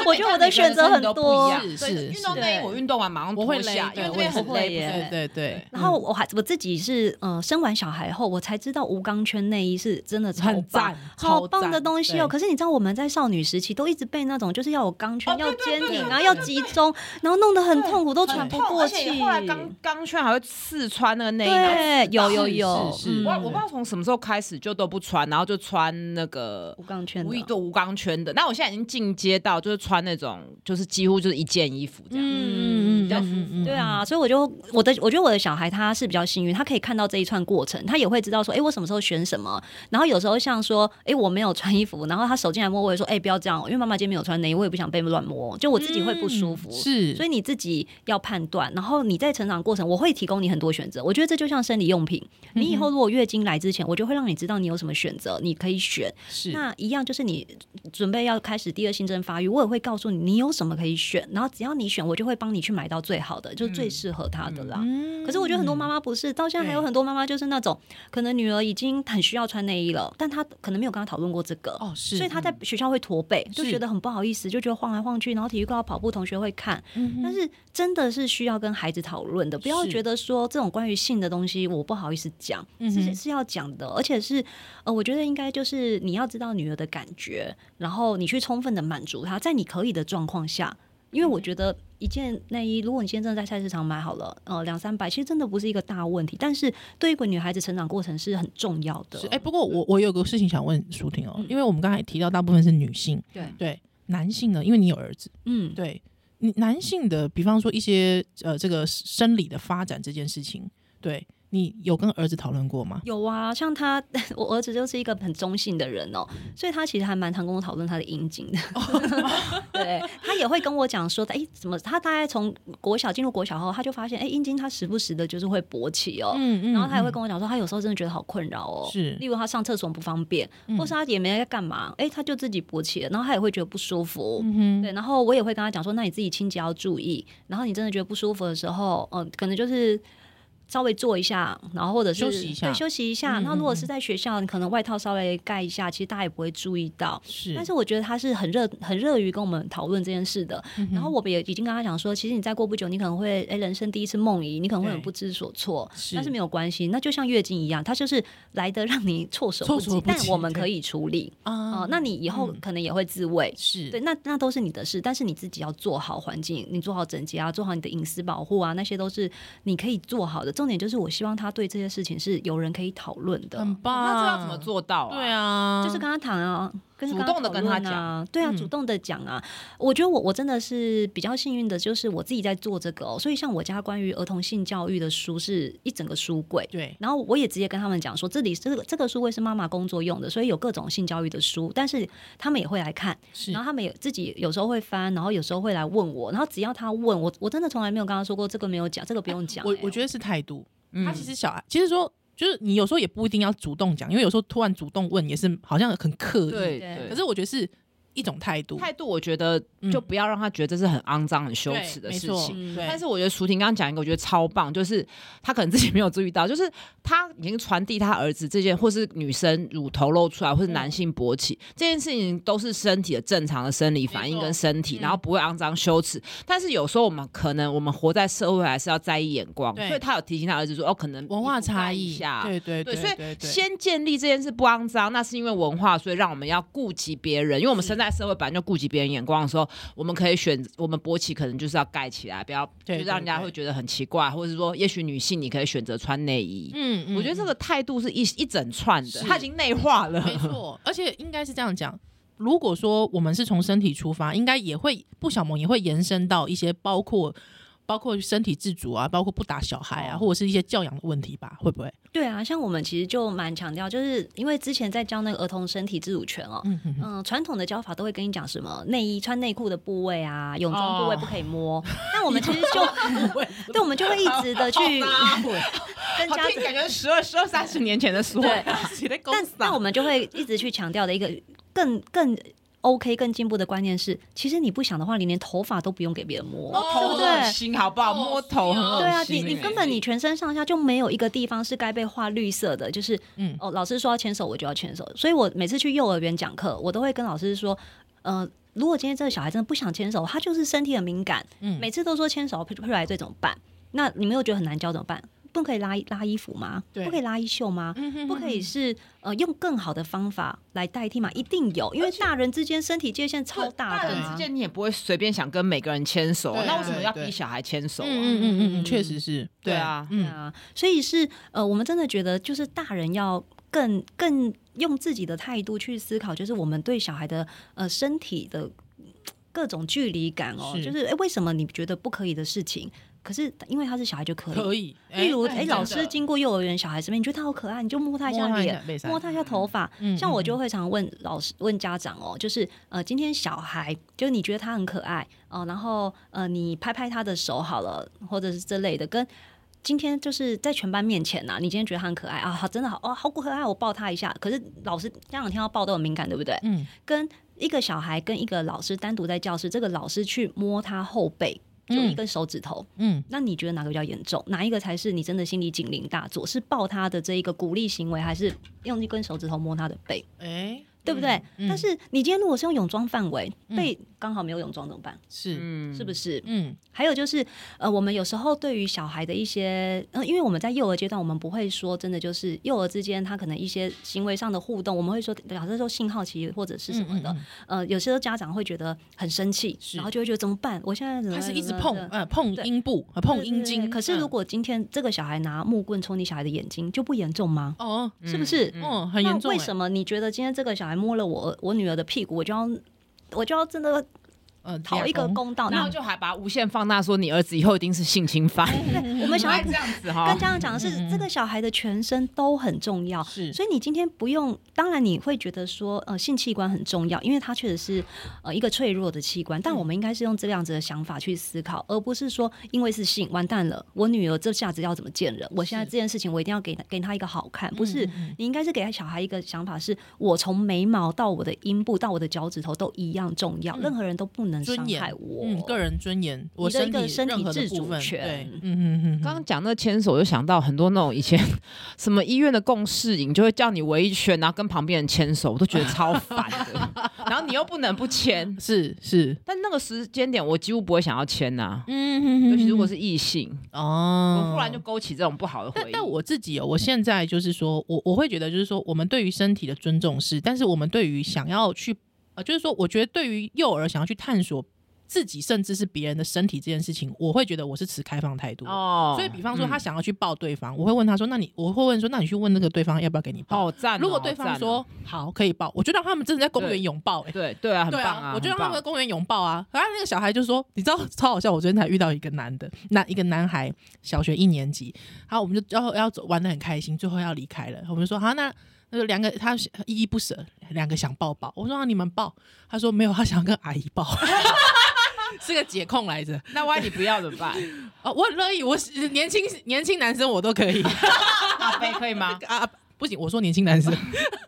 C: 我觉得我的选择很多。
A: 是
B: 所
A: 是
B: 以运动
A: 是
B: 内衣我运动完马上
A: 我会
B: 脱
A: 勒
B: 下，因
A: 对
B: 为
A: 我也
B: 这边很
C: 会
B: 勒
C: 耶
B: 不住
A: 对对对，
B: 嗯
C: 然后我还我自己是呃生完小孩后，我才知道无钢圈内衣是真的超
A: 很
C: 棒
A: 赞，
C: 好
A: 超
C: 棒的
A: 赞
C: 东西哦。
A: 对
C: 可是你知道我们在少女时期都一直被那种就是要有钢圈、
B: 哦
C: 要
B: 对对
C: 尖品，然后要集中，然后弄得很痛苦，都喘不过
B: 而且
C: 气。
B: 后来钢钢圈还会刺穿那个内衣，然后
C: 对，有有有，
D: 是是
C: 嗯
B: 我我不知道从什么时候开始就都不穿，然后就穿那个
C: 无钢圈的哦
B: 无一个无钢圈的。那我现在已经进阶到就是穿那种就是几乎就是一件衣服这样。
A: 嗯嗯嗯
B: 较舒
A: 嗯嗯，
C: 对啊，所以我就我的，我觉得我的小孩他是比较幸运，他可以看到这一串过程，他也会知道说，哎、我什么时候选什么。然后有时候像说，哎、我没有穿衣服，然后他手进来摸我，也说，哎、不要这样，因为妈妈今天没有穿内衣，我也不想被乱摸，就我自己会不舒服。
A: 嗯是，
C: 所
A: 以
C: 以你自己要判断，然后你在成长过程，我会提供你很多选择。我觉得这就像生理用品，
A: 嗯
C: 你以后如果月经来之前，我就会让你知道你有什么选择，你可以选。
A: 是
C: 那一样就是你准备要开始第二性征发育，我也会告诉你你有什么可以选，然后只要你选，我就会帮你去买到最好的，就是最适合他的啦。可是我觉得很多妈妈不是，到现在还有
A: 嗯对
C: 很多妈妈就是那种，可能女儿已经很需要穿内衣了，但她可能没有跟她讨论过这个，
A: 哦是，
C: 所以她在学校会驼背，就是觉得很不好意思，就觉得晃来晃去，然后体育课要跑步，同学会看。但是真的是需要跟孩子讨论的，不要
A: 是
C: 觉得说这种关于性的东西我不好意思讲，是是要讲的，而且是呃，我觉得应该就是你要知道女儿的感觉，然后你去充分的满足她，在你可以的状况下。因为我觉得一件内衣，如果你现在真的在菜市场买好了，呃，两三百，其实真的不是一个大问题。但是对于一个女孩子成长过程是很重要的。
A: 是哎、不过我我有个事情想问舒婷哦、因为我们刚才提到大部分是女性，
B: 对
A: 对，男性呢，因为你有儿子，
C: 嗯，
A: 对，你男性的，比方说一些呃这个生理的发展这件事情，对你有跟儿子讨论过吗？
C: 有啊，像他， 我儿子就是一个很中性的人哦、所以他其实还蛮常跟我讨论他的阴茎的。对他也会跟我讲说，哎、怎么他大概从国小进入国小后，他就发现，哎、阴茎他时不时的就是会勃起哦、
A: 嗯嗯
C: 然后他也会跟我讲说，他有时候真的觉得好困扰哦、
A: 是嗯
C: 例如他上厕所不方便，或是他也没在干嘛，哎、他就自己勃起了，然后他也会觉得不舒服。
A: 嗯
C: 对，然后我也会跟他讲说，那你自己清洁要注意。然后你真的觉得不舒服的时候，嗯、可能就是稍微坐一下，然后或者是
A: 休息一下嗯
C: 对，休息一下。然后如果是在学校，你可能外套稍微盖一下，其实大家也不会注意到。
A: 是，
C: 但是我觉得他是很热很热于跟我们讨论这件事的。
A: 嗯
C: 然后我们也已经跟他讲说，其实你再过不久，你可能会哎、人生第一次梦遗，你可能会很
A: 对
C: 不知所措，
A: 是
C: 但是没有关系。那就像月经一样，它就是来的让你措手不
A: 措手
C: 及，
A: 不
C: 但
A: 及
C: 我们
A: 对
C: 可以处理
A: 啊
C: 哦、那你以后可能也会自慰。
A: 是
C: 对，那那都是你的事，但是你自己要做好环境，你做好整洁啊，做好你的隐私保护啊，那些都是你可以做好的。重点就是，我希望他对这些事情是有人可以讨论的，
A: 很棒，
B: 那这要怎么？做到啊？
A: 对，啊，
C: 就是跟他谈啊，跟
B: 主动地跟他嗯
C: 他讨论啊，对啊，主动的讲啊。我觉得我我真的是比较幸运的，就是我自己在做这个、哦，所以像我家关于儿童性教育的书是一整个书柜，
A: 对，
C: 然后我也直接跟他们讲说，这里这个这个书柜是妈妈工作用的，所以有各种性教育的书，但是他们也会来看，
A: 是
C: 然后他们也自己有时候会翻，然后有时候会来问我，然后只要他问我，我真的从来没有跟他说过这个没有讲，这个不用讲、
A: 我
C: 欸
A: 我觉得是态度。他其实小孩，其实说就是你有时候也不一定要主动讲，因为有时候突然主动问也是好像很刻意。
B: 对
C: 对
B: 对。
A: 可是我觉得是一种态度，
B: 态度，我觉得就不要让他觉得这是很肮脏、很羞
A: 对
B: 耻的
A: 没
B: 事
A: 错
B: 情。
A: 对，
B: 但是我觉得舒婷刚刚讲一个，我觉得超棒，就是她可能自己没有注意到， 就是她已经传递她儿子这件，或是女生乳头露出来，或是
A: 嗯
B: 男性勃起、这件事情，都是身体的正常的生理反应
A: 没错
B: 跟身体，
A: 嗯
B: 然后不会肮脏羞耻。但是有时候我们可能我们活在社会，还是要在意眼光，
A: 对
B: 所以她有提醒她儿子说，哦，可能
A: 文化差
B: 你覆盖一
A: 异
B: 下，啊
A: 对对
B: 对，
A: 对，
B: 所
A: 对
B: 以
A: 对
B: 先建立这件事不肮脏，那是因为文化，所以让我们要顾及别人，因为我们身在社会本来就顾及别人眼光的时候，我们可以选，我们勃起可能就是要盖起来，不要就
A: 对
B: 让人家会觉得很奇怪，或者是说，也许女性你可以选择穿内衣。
A: 嗯嗯
B: 我觉 得这个态度是一一整串的，
A: 是
B: 它已经内化了。
A: 没错，而且应该是这样讲。如果说我们是从身体出发，应该也会不小萌也会延伸到一些包括包括身体自主啊，包括不打小孩啊，或者是一些教养的问题吧？会不会？
C: 对啊，像我们其实就蛮强调，就是因为之前在教那个儿童身体自主权哦，
A: 嗯哼哼
C: 嗯，传统的教法都会跟你讲什么内衣穿内裤的部位啊，泳装部位不可以
A: 哦
C: 摸。但我们其实 就，对，我们就会一直的去 跟
B: 好
C: 家
B: 听，感觉十二、十二三十年前的书。
C: 对，
B: 但
C: 但但我们就会一直去强调的一个更更 OK 更进步的观念是，其实你不想的话，你连头发都不用给别人摸，
B: 摸头
C: 对不
B: 很
C: 对
B: 恶？心，好不好？摸头
A: 嗯
B: 很恶心。
C: 对啊，你你
B: 哎
C: 根本你全身上下就没有一个地方是该被画绿色的，就是
A: 嗯
C: 嗯，哦，老师说要牵手，我就要牵手。所以我每次去幼儿园讲课，我都会跟老师说，呃。如果今天这个小孩真的不想牵手，他就是身体很敏感，
A: 嗯
C: 每次都说牵手会会来对怎么办？那你们又觉得很难教怎么办？不可以拉拉衣服吗？
A: 对
C: 不可以拉衣袖吗？
A: 嗯哼
C: 不可以是呃用更好的方法来代替吗？一定有，因为大人之间身体界限超大
B: 大
C: 的、
B: 人
C: 啊
B: 之。间你也不会随便想跟每个人牵手啊，
A: 对
B: 那为什么要
A: 对
B: 逼小孩牵手啊？
A: 嗯嗯嗯嗯嗯，确实是，
B: 对啊
C: 对
A: 嗯，
C: 啊，所以是呃，我们真的觉得就是大人要更更用自己的态度去思考，就是我们对小孩的呃身体的嗯各种距离感哦，
A: 是
C: 就是哎、为什么你觉得不可以的事情，可是因为他是小孩就可以。
A: 可以。
C: 例如，
B: 哎
C: 哎、
B: 真的
C: 老师经过幼儿园小孩这边，你觉得他好可爱，你就摸他一下脸，
A: 脸
C: 摸他一下头发。
A: 嗯
C: 像我
A: 嗯
C: 就会常问老师、问家长哦，就是呃，今天小孩，就是你觉得他很可爱哦、然后呃，你拍拍他的手好了，或者是这类的，跟今天就是在全班面前呐、你今天觉得他很可爱啊，好，真的好哦，好可爱，我抱他一下。可是老师家长听到抱都很敏感，对不对？
A: 嗯，
C: 跟一个小孩跟一个老师单独在教室，这个老师去摸他后背，就
A: 嗯
C: 一根手指头，
A: 嗯
C: 那你觉得哪个比较严重？哪一个才是你真的心理警铃大作？是抱他的这一个鼓励行为，还是用一根手指头摸他的背？
A: 嗯，哎，
C: 对不对？
A: 嗯
C: 但是你今天如果是用泳装范围，
A: 嗯
C: 背刚好没有泳装怎么办？
A: 是，
B: 嗯
C: 是不是？
A: 嗯
C: 还有就是，呃，我们有时候对于小孩的一些，呃，因为我们在幼儿阶段，我们不会说真的就是幼儿之间他可能一些行为上的互动，我们会说，假设说性好奇或者是什么的，
A: 嗯嗯
C: 呃，有些时候家长会觉得很生气，
A: 是
C: 然后就会觉得怎么办？我现在怎么
A: 他
C: 办
A: 是一直
C: 怎么
A: 碰，
C: 办
A: 呃，碰
C: 对
A: 阴部，呃碰
C: 对
A: 阴
C: 对对
A: 茎。
C: 可是
A: 嗯
C: 如果今天这个小孩拿木棍戳你小孩的眼睛，就不严重吗？
A: 哦，
C: 是不是？
A: 哦，很
C: 那
A: 严重欸。
C: 为什么你觉得今天这个小孩摸了我我女儿的屁股，我就要我就要真的
A: 呃，
C: 讨一个
A: 俩公
C: 公道？
B: 然
C: 那
B: 后就还把无限放大，说你儿子以后一定是性侵犯。
A: 嗯
C: 我们想 要
B: 这样子
C: 跟
B: 哈，
C: 家长讲的是，这个小孩的全身都很重要。
A: 是，
C: 所以你今天不用，当然你会觉得说，呃，性器官很重要，因为它确实是呃一个脆弱的器官。
A: 嗯
C: 但我们应该是用这样子的想法去思考，而不是说因为是性完蛋了，我女儿这下子要怎么见人？我现在
A: 是
C: 这件事情我一定要给她给她一个好看，不是
A: 嗯。嗯
C: 你应该是给小孩一个想法是，我从眉毛到我的阴部到我的脚趾头都一样重要，
A: 嗯
C: 任何人都不能
A: 尊
C: 伤
A: 严
C: 害我。
A: 嗯，个人尊严，我
C: 你的一
A: 身
C: 个
A: 体
C: 身
A: 任
C: 体
A: 何的
C: 自
A: 部
C: 主
A: 分，
C: 权
A: 对，嗯嗯嗯，
B: 刚刚讲那牵手，我就想到很多那种以前 什么医院的共事营，就会叫你围一圈，然后跟旁边人牵手，我都觉得超烦 的。然后你又不能不牵，
A: 是是，
B: 但那个时间点我几乎不会想要牵呐、
A: 嗯
B: 尤其如果是异性，
A: 哦
B: 我，忽然就勾起这种不好的
A: 但
B: 回忆。
A: 但我自己哦，我现在就是说我我会觉得就是说，我们对于身体的尊重是，但是我们对于想要去呃，就是说，我觉得对于幼儿想要去探索自己甚至是别人的身体这件事情，我会觉得我是持开放态度的。
B: 哦
A: 所以，比方说他想要去抱对方，我会问他说：“那你我会问说，那你去问那个对方要不要给你
B: 嗯
A: 抱？”
B: 好赞哦、
A: 如果对
B: 好
A: 方
B: 赞哦
A: 说好可以抱，我就让他们真的在公园
B: 对
A: 拥抱、欸。
B: 对对啊，很
A: 对
B: 棒
A: 啊，我就让他
B: 很棒
A: 们在公园拥抱啊。然后那个小孩就说：“你知道超好笑，我昨天才遇到一个男的，男一个男孩，小学一年级。然后我们就要要走，玩的很开心，最后要离开了。我们就说好，那那个两个他依依不舍，两个想抱抱。我说、啊、你们抱，他说没有，他想要跟阿姨 抱。 是个解控来着，
B: 那万一你不要怎 么办？
A: 哦，我很乐意，我是年轻年轻男生我都 可以
B: 阿飞可以吗？
A: 啊，不行，我说年轻男生，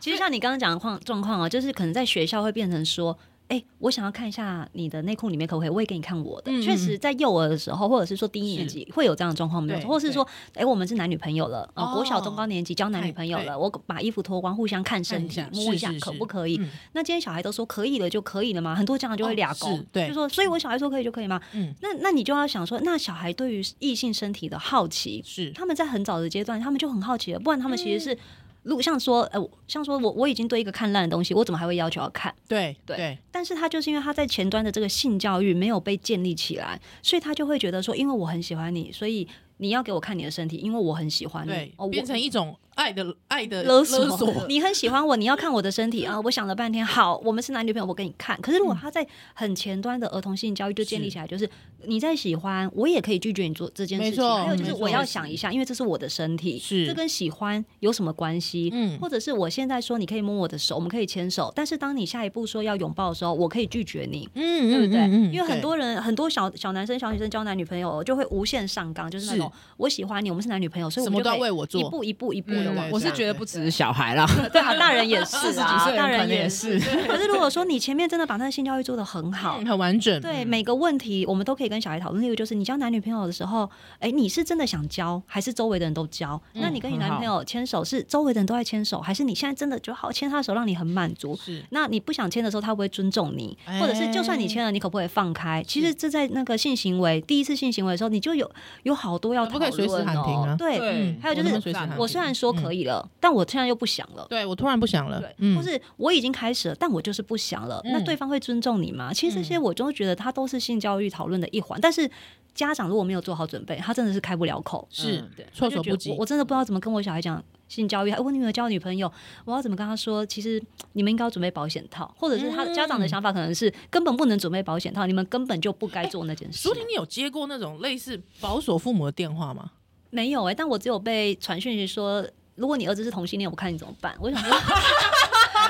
C: 其实像你刚刚讲的况状况啊，就是可能在学校会变成说。哎、我想要看一下你的内裤里面可不可以？我也给你看我的。
A: 嗯嗯
C: 确、实，在幼儿的时候，或者是说低年级会有这样的状况，没有
A: 对
C: 错，或是说，哎、我们是男女朋友了，呃
A: 哦
C: 国小中高年级交男女朋友
A: 对
C: 了，我把衣服脱光，互相看身体
A: 看一，下
C: 摸
A: 是
C: 一下
A: 是
C: 可
A: 是
C: 不可以？
A: 嗯
C: 那今天小孩都说可以了就可以了嘛，很多家长就
A: 哦
C: 会俩
A: 是
C: 公、
A: 对
C: 就说，所以我小孩说可以就可以吗？
A: 嗯
C: 那那你就要想说，那小孩对于异性身体的好奇，
A: 是
C: 他们在很早的阶段，他们就很好奇了，不然他们其
A: 嗯
C: 实是，如果像说，呃，像说我我已经对一个看烂的东西，我怎么还会要求要看？
A: 对
C: 对
A: 对，
C: 但是他就是因为他在前端的这个性教育没有被建立起来，所以他就会觉得说，因为我很喜欢你，所以你要给我看你的身体，因为我很喜欢你，
A: 对
C: 哦，，我
A: 变成一种爱的爱的
C: 勒
A: 索，
C: 索， 你很喜欢我，你要看我的身体啊！我想了半天，好，我们是男女朋友，我给你看。可是如
A: 嗯
C: 果他在很前端的儿童性教育就建立起来，就是你在喜欢，我也可以拒绝你做这件事
A: 没
C: 情。
A: 错
C: 还有就是
A: 没错
C: 我要想一下，因为这是我的身体，
A: 是
C: 这跟喜欢有什么关系？
A: 嗯
C: 或者是我现在说你可以摸我的手，我们可以牵手，但是当你下一步说要拥抱的时候，我可以拒绝你。
A: 嗯
C: 对不对？
A: 嗯嗯
C: 因为很
A: 对
C: 多人很多小小男生、小女生交男女朋友就会无限上纲，就是那种我喜欢你，我们是男女朋友，所以我
A: 什
C: 们
A: 么都
C: 就可
A: 要
C: 以
A: 为我做
C: 一步一步一步
A: 嗯 对
C: 有
A: 对
C: 往
A: 对
B: 我是觉得不只是小孩啦，
C: 对啊，大人也是
B: 四十几
C: 啊，
B: 岁
C: 大
B: 的人可
C: 人
B: 能也
C: 也。
B: 是。
C: 可是如果说你前面真的把那个性教育做得很好，
A: 嗯很完整。
C: 对每个问题我们都可以跟小孩讨论。例如就是你交男女朋友的时候，哎，你是真的想交，还是周围的人都交？那你跟你
B: 很
C: 男
B: 好
C: 朋友牵手是周围的人都在牵手，还是你现在真的就好牵他的手让你很满足？
A: 是
C: 那你不想牵的时候，他会不会尊重你？
A: 哎
C: 或者是就算你牵了，你可不可以放开？其实这在那个性行为第一次性行为的时候，你就有有好多要
A: 可不
C: 讨
A: 可以
C: 论
A: 随时喊停
C: 哦
A: 啊。
C: 对，
A: 嗯
C: 还有就是
A: 我那么随时喊停
C: 我虽然说可以了，但我现在又不想了。
A: 对我突然不想了
C: 对，，
A: 嗯
C: 或是我已经开始了，但我就是不想了。
A: 嗯
C: 那对方会尊重你吗？其实这些我都觉得它都是性教育讨论的一环，但是家长如果没有做好准备，他真的是开不了口，
A: 是
B: 嗯
C: 对，
A: 措
C: 我就
A: 手
C: 觉
A: 不
C: 得
A: 及
C: 我。我真的不知道怎么跟我小孩讲。性教育，哎我女儿交女朋友，我要怎么跟她说？其实你们应该要准备保险套，或者是他
A: 嗯哎
C: 家长的想法可能是根本不能准备保险套，你们根本就不该做那件事
A: 舒。婷，你有接过那种类似保守父母的电话吗？
C: 没有哎、但我只有被传讯息说，如果你儿子是同性恋，我看你怎么办。我想说，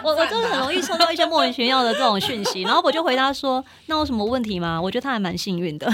C: 我我就是很容易收到一些莫名其妙的这种讯息，然后我就回答说，那有什么问题吗？我觉得他还蛮幸运的。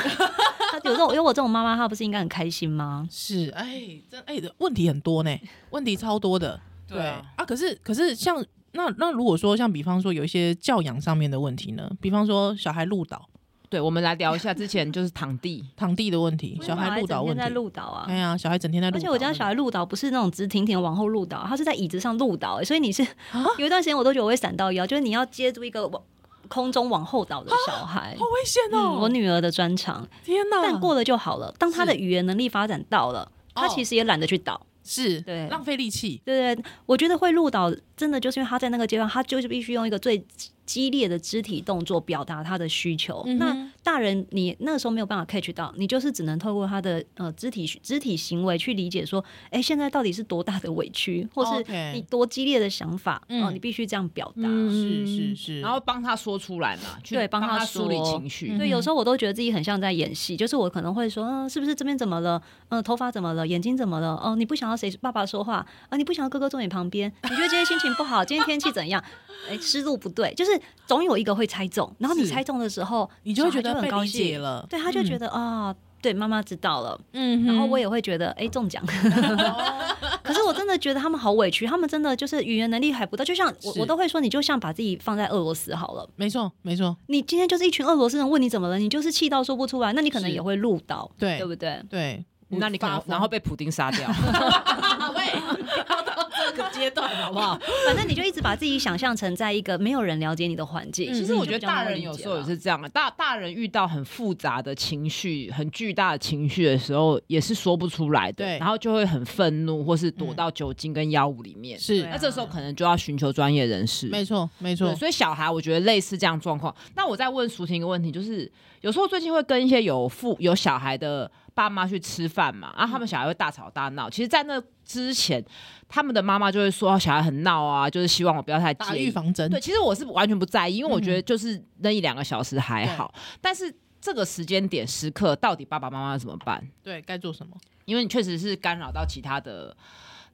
C: 他有这种有我这种妈妈，她不是应该很开心吗？
A: 是，哎，真哎，问题很多呢，问题超多 的。对
B: 啊
A: 啊，可是可是像那那如果说像比方说有一些教养上面的问题呢，比方说小孩路倒
B: 对，我们来聊一下之前就是躺地，
A: 堂弟的问题，小孩路倒
C: 哎整
A: 问
C: 天在
A: 题，
C: 鹿岛啊
A: 哎。呀，小孩整天在路
C: 而
A: 倒，
C: 且我家小孩鹿岛不是那种直挺挺往后鹿啊倒，他是在椅子上鹿倒、欸所以你是、
A: 啊
C: 有一段时间我都觉得我会闪到腰，就是你要接住一个往空中往后倒的小孩。
A: 好危险
C: 嗯，我
A: 哦！
C: 女儿的专长，
A: 天哪，
C: 但过了就好了。当他的语言能力发展到了，
A: 哦
C: 他其实也懒得去倒。
A: 是
C: 对
A: 浪费力气，
C: 对对，我觉得会入岛，真的就是因为他在那个阶段，他就是必须用一个最激烈的肢体动作表达他的需求。
A: 嗯哼
C: 那大人你那时候没有办法 catch 到，你就是只能透过他的呃肢体肢体行为去理解说，哎，现在到底是多大的委屈，或是
A: OK
C: 你多激烈的想法，
A: 嗯
C: 哦、你必须这样表达。
A: 是
C: 嗯
A: 是是，
B: 然后帮他说出来嘛，去
C: 对帮
B: 帮
C: 他
B: 梳理
C: 说嗯
B: 情绪。
A: 嗯
C: 对，有时候我都觉得自己很像在演戏，就是我可能会说，嗯、是不是这边怎么了？嗯、头发怎么了？眼睛怎么了？哦、你不想要谁爸爸说话？啊、你不想要哥哥坐你旁边？你觉得今天心情不好？今天天气怎样？哎，思路不对，就是总有一个会猜中，然后你
A: 是
C: 猜中的时候，
A: 你就会
C: 小孩
A: 觉得
C: 很
A: 被
C: 高
A: 理解
C: 兴，
A: 了，
C: 对，他就觉
A: 得，
C: 得啊、对，妈妈知道了。
A: 嗯
C: 然后我
A: 也
C: 也会觉得，哎、中 奖。可是我真的觉得他们好委屈，他们真的就是语言能力还不到，就像我
A: 是
C: 我都会说，你就像把自己放在俄罗斯好了。
A: 没错没错，
C: 你今天就是一群俄罗斯人问你怎么了，你就是气到说不出来，那你可能
A: 是
C: 也会录到，
A: 对
C: 对不对？
A: 对，
B: 那你可能然后被普丁杀掉，
A: 好不好？
C: 反正你就一直把自己想象成在一个没有人了解你的环境。
A: 嗯
B: 其实 我觉得大人有时
C: 时
B: 候
C: 候
B: 也是这样啊，大大人遇到很复杂的情绪、很巨大的情绪的时候，也是说不出来的，
A: 对
B: 然后就会很愤怒，或是
A: 嗯
B: 躲到酒精跟药物里面。
A: 是
C: 对啊
B: 那这时候可能就要寻求专业人士。
A: 没错没
B: 对，
A: 错，
B: 所以小孩我觉得类似这样状况。那我再问淑婷一个问题，就是有时候最近会跟一些有父有小孩的爸妈去吃饭嘛，啊
A: 嗯
B: 然、后他们小孩会大吵大闹。其实，在那之前，他们的妈妈就会说哦小孩很闹啊，就是希望我不要太
A: 打
B: 介
A: 预
B: 意。
A: 防针
B: 对，，其实我是完全不在意，因为我觉
A: 嗯
B: 得就是那一两个小时还好，但是这个时间点时刻到底爸爸妈妈怎么办？
A: 对该做什么？
B: 因为你确实是干扰到其他的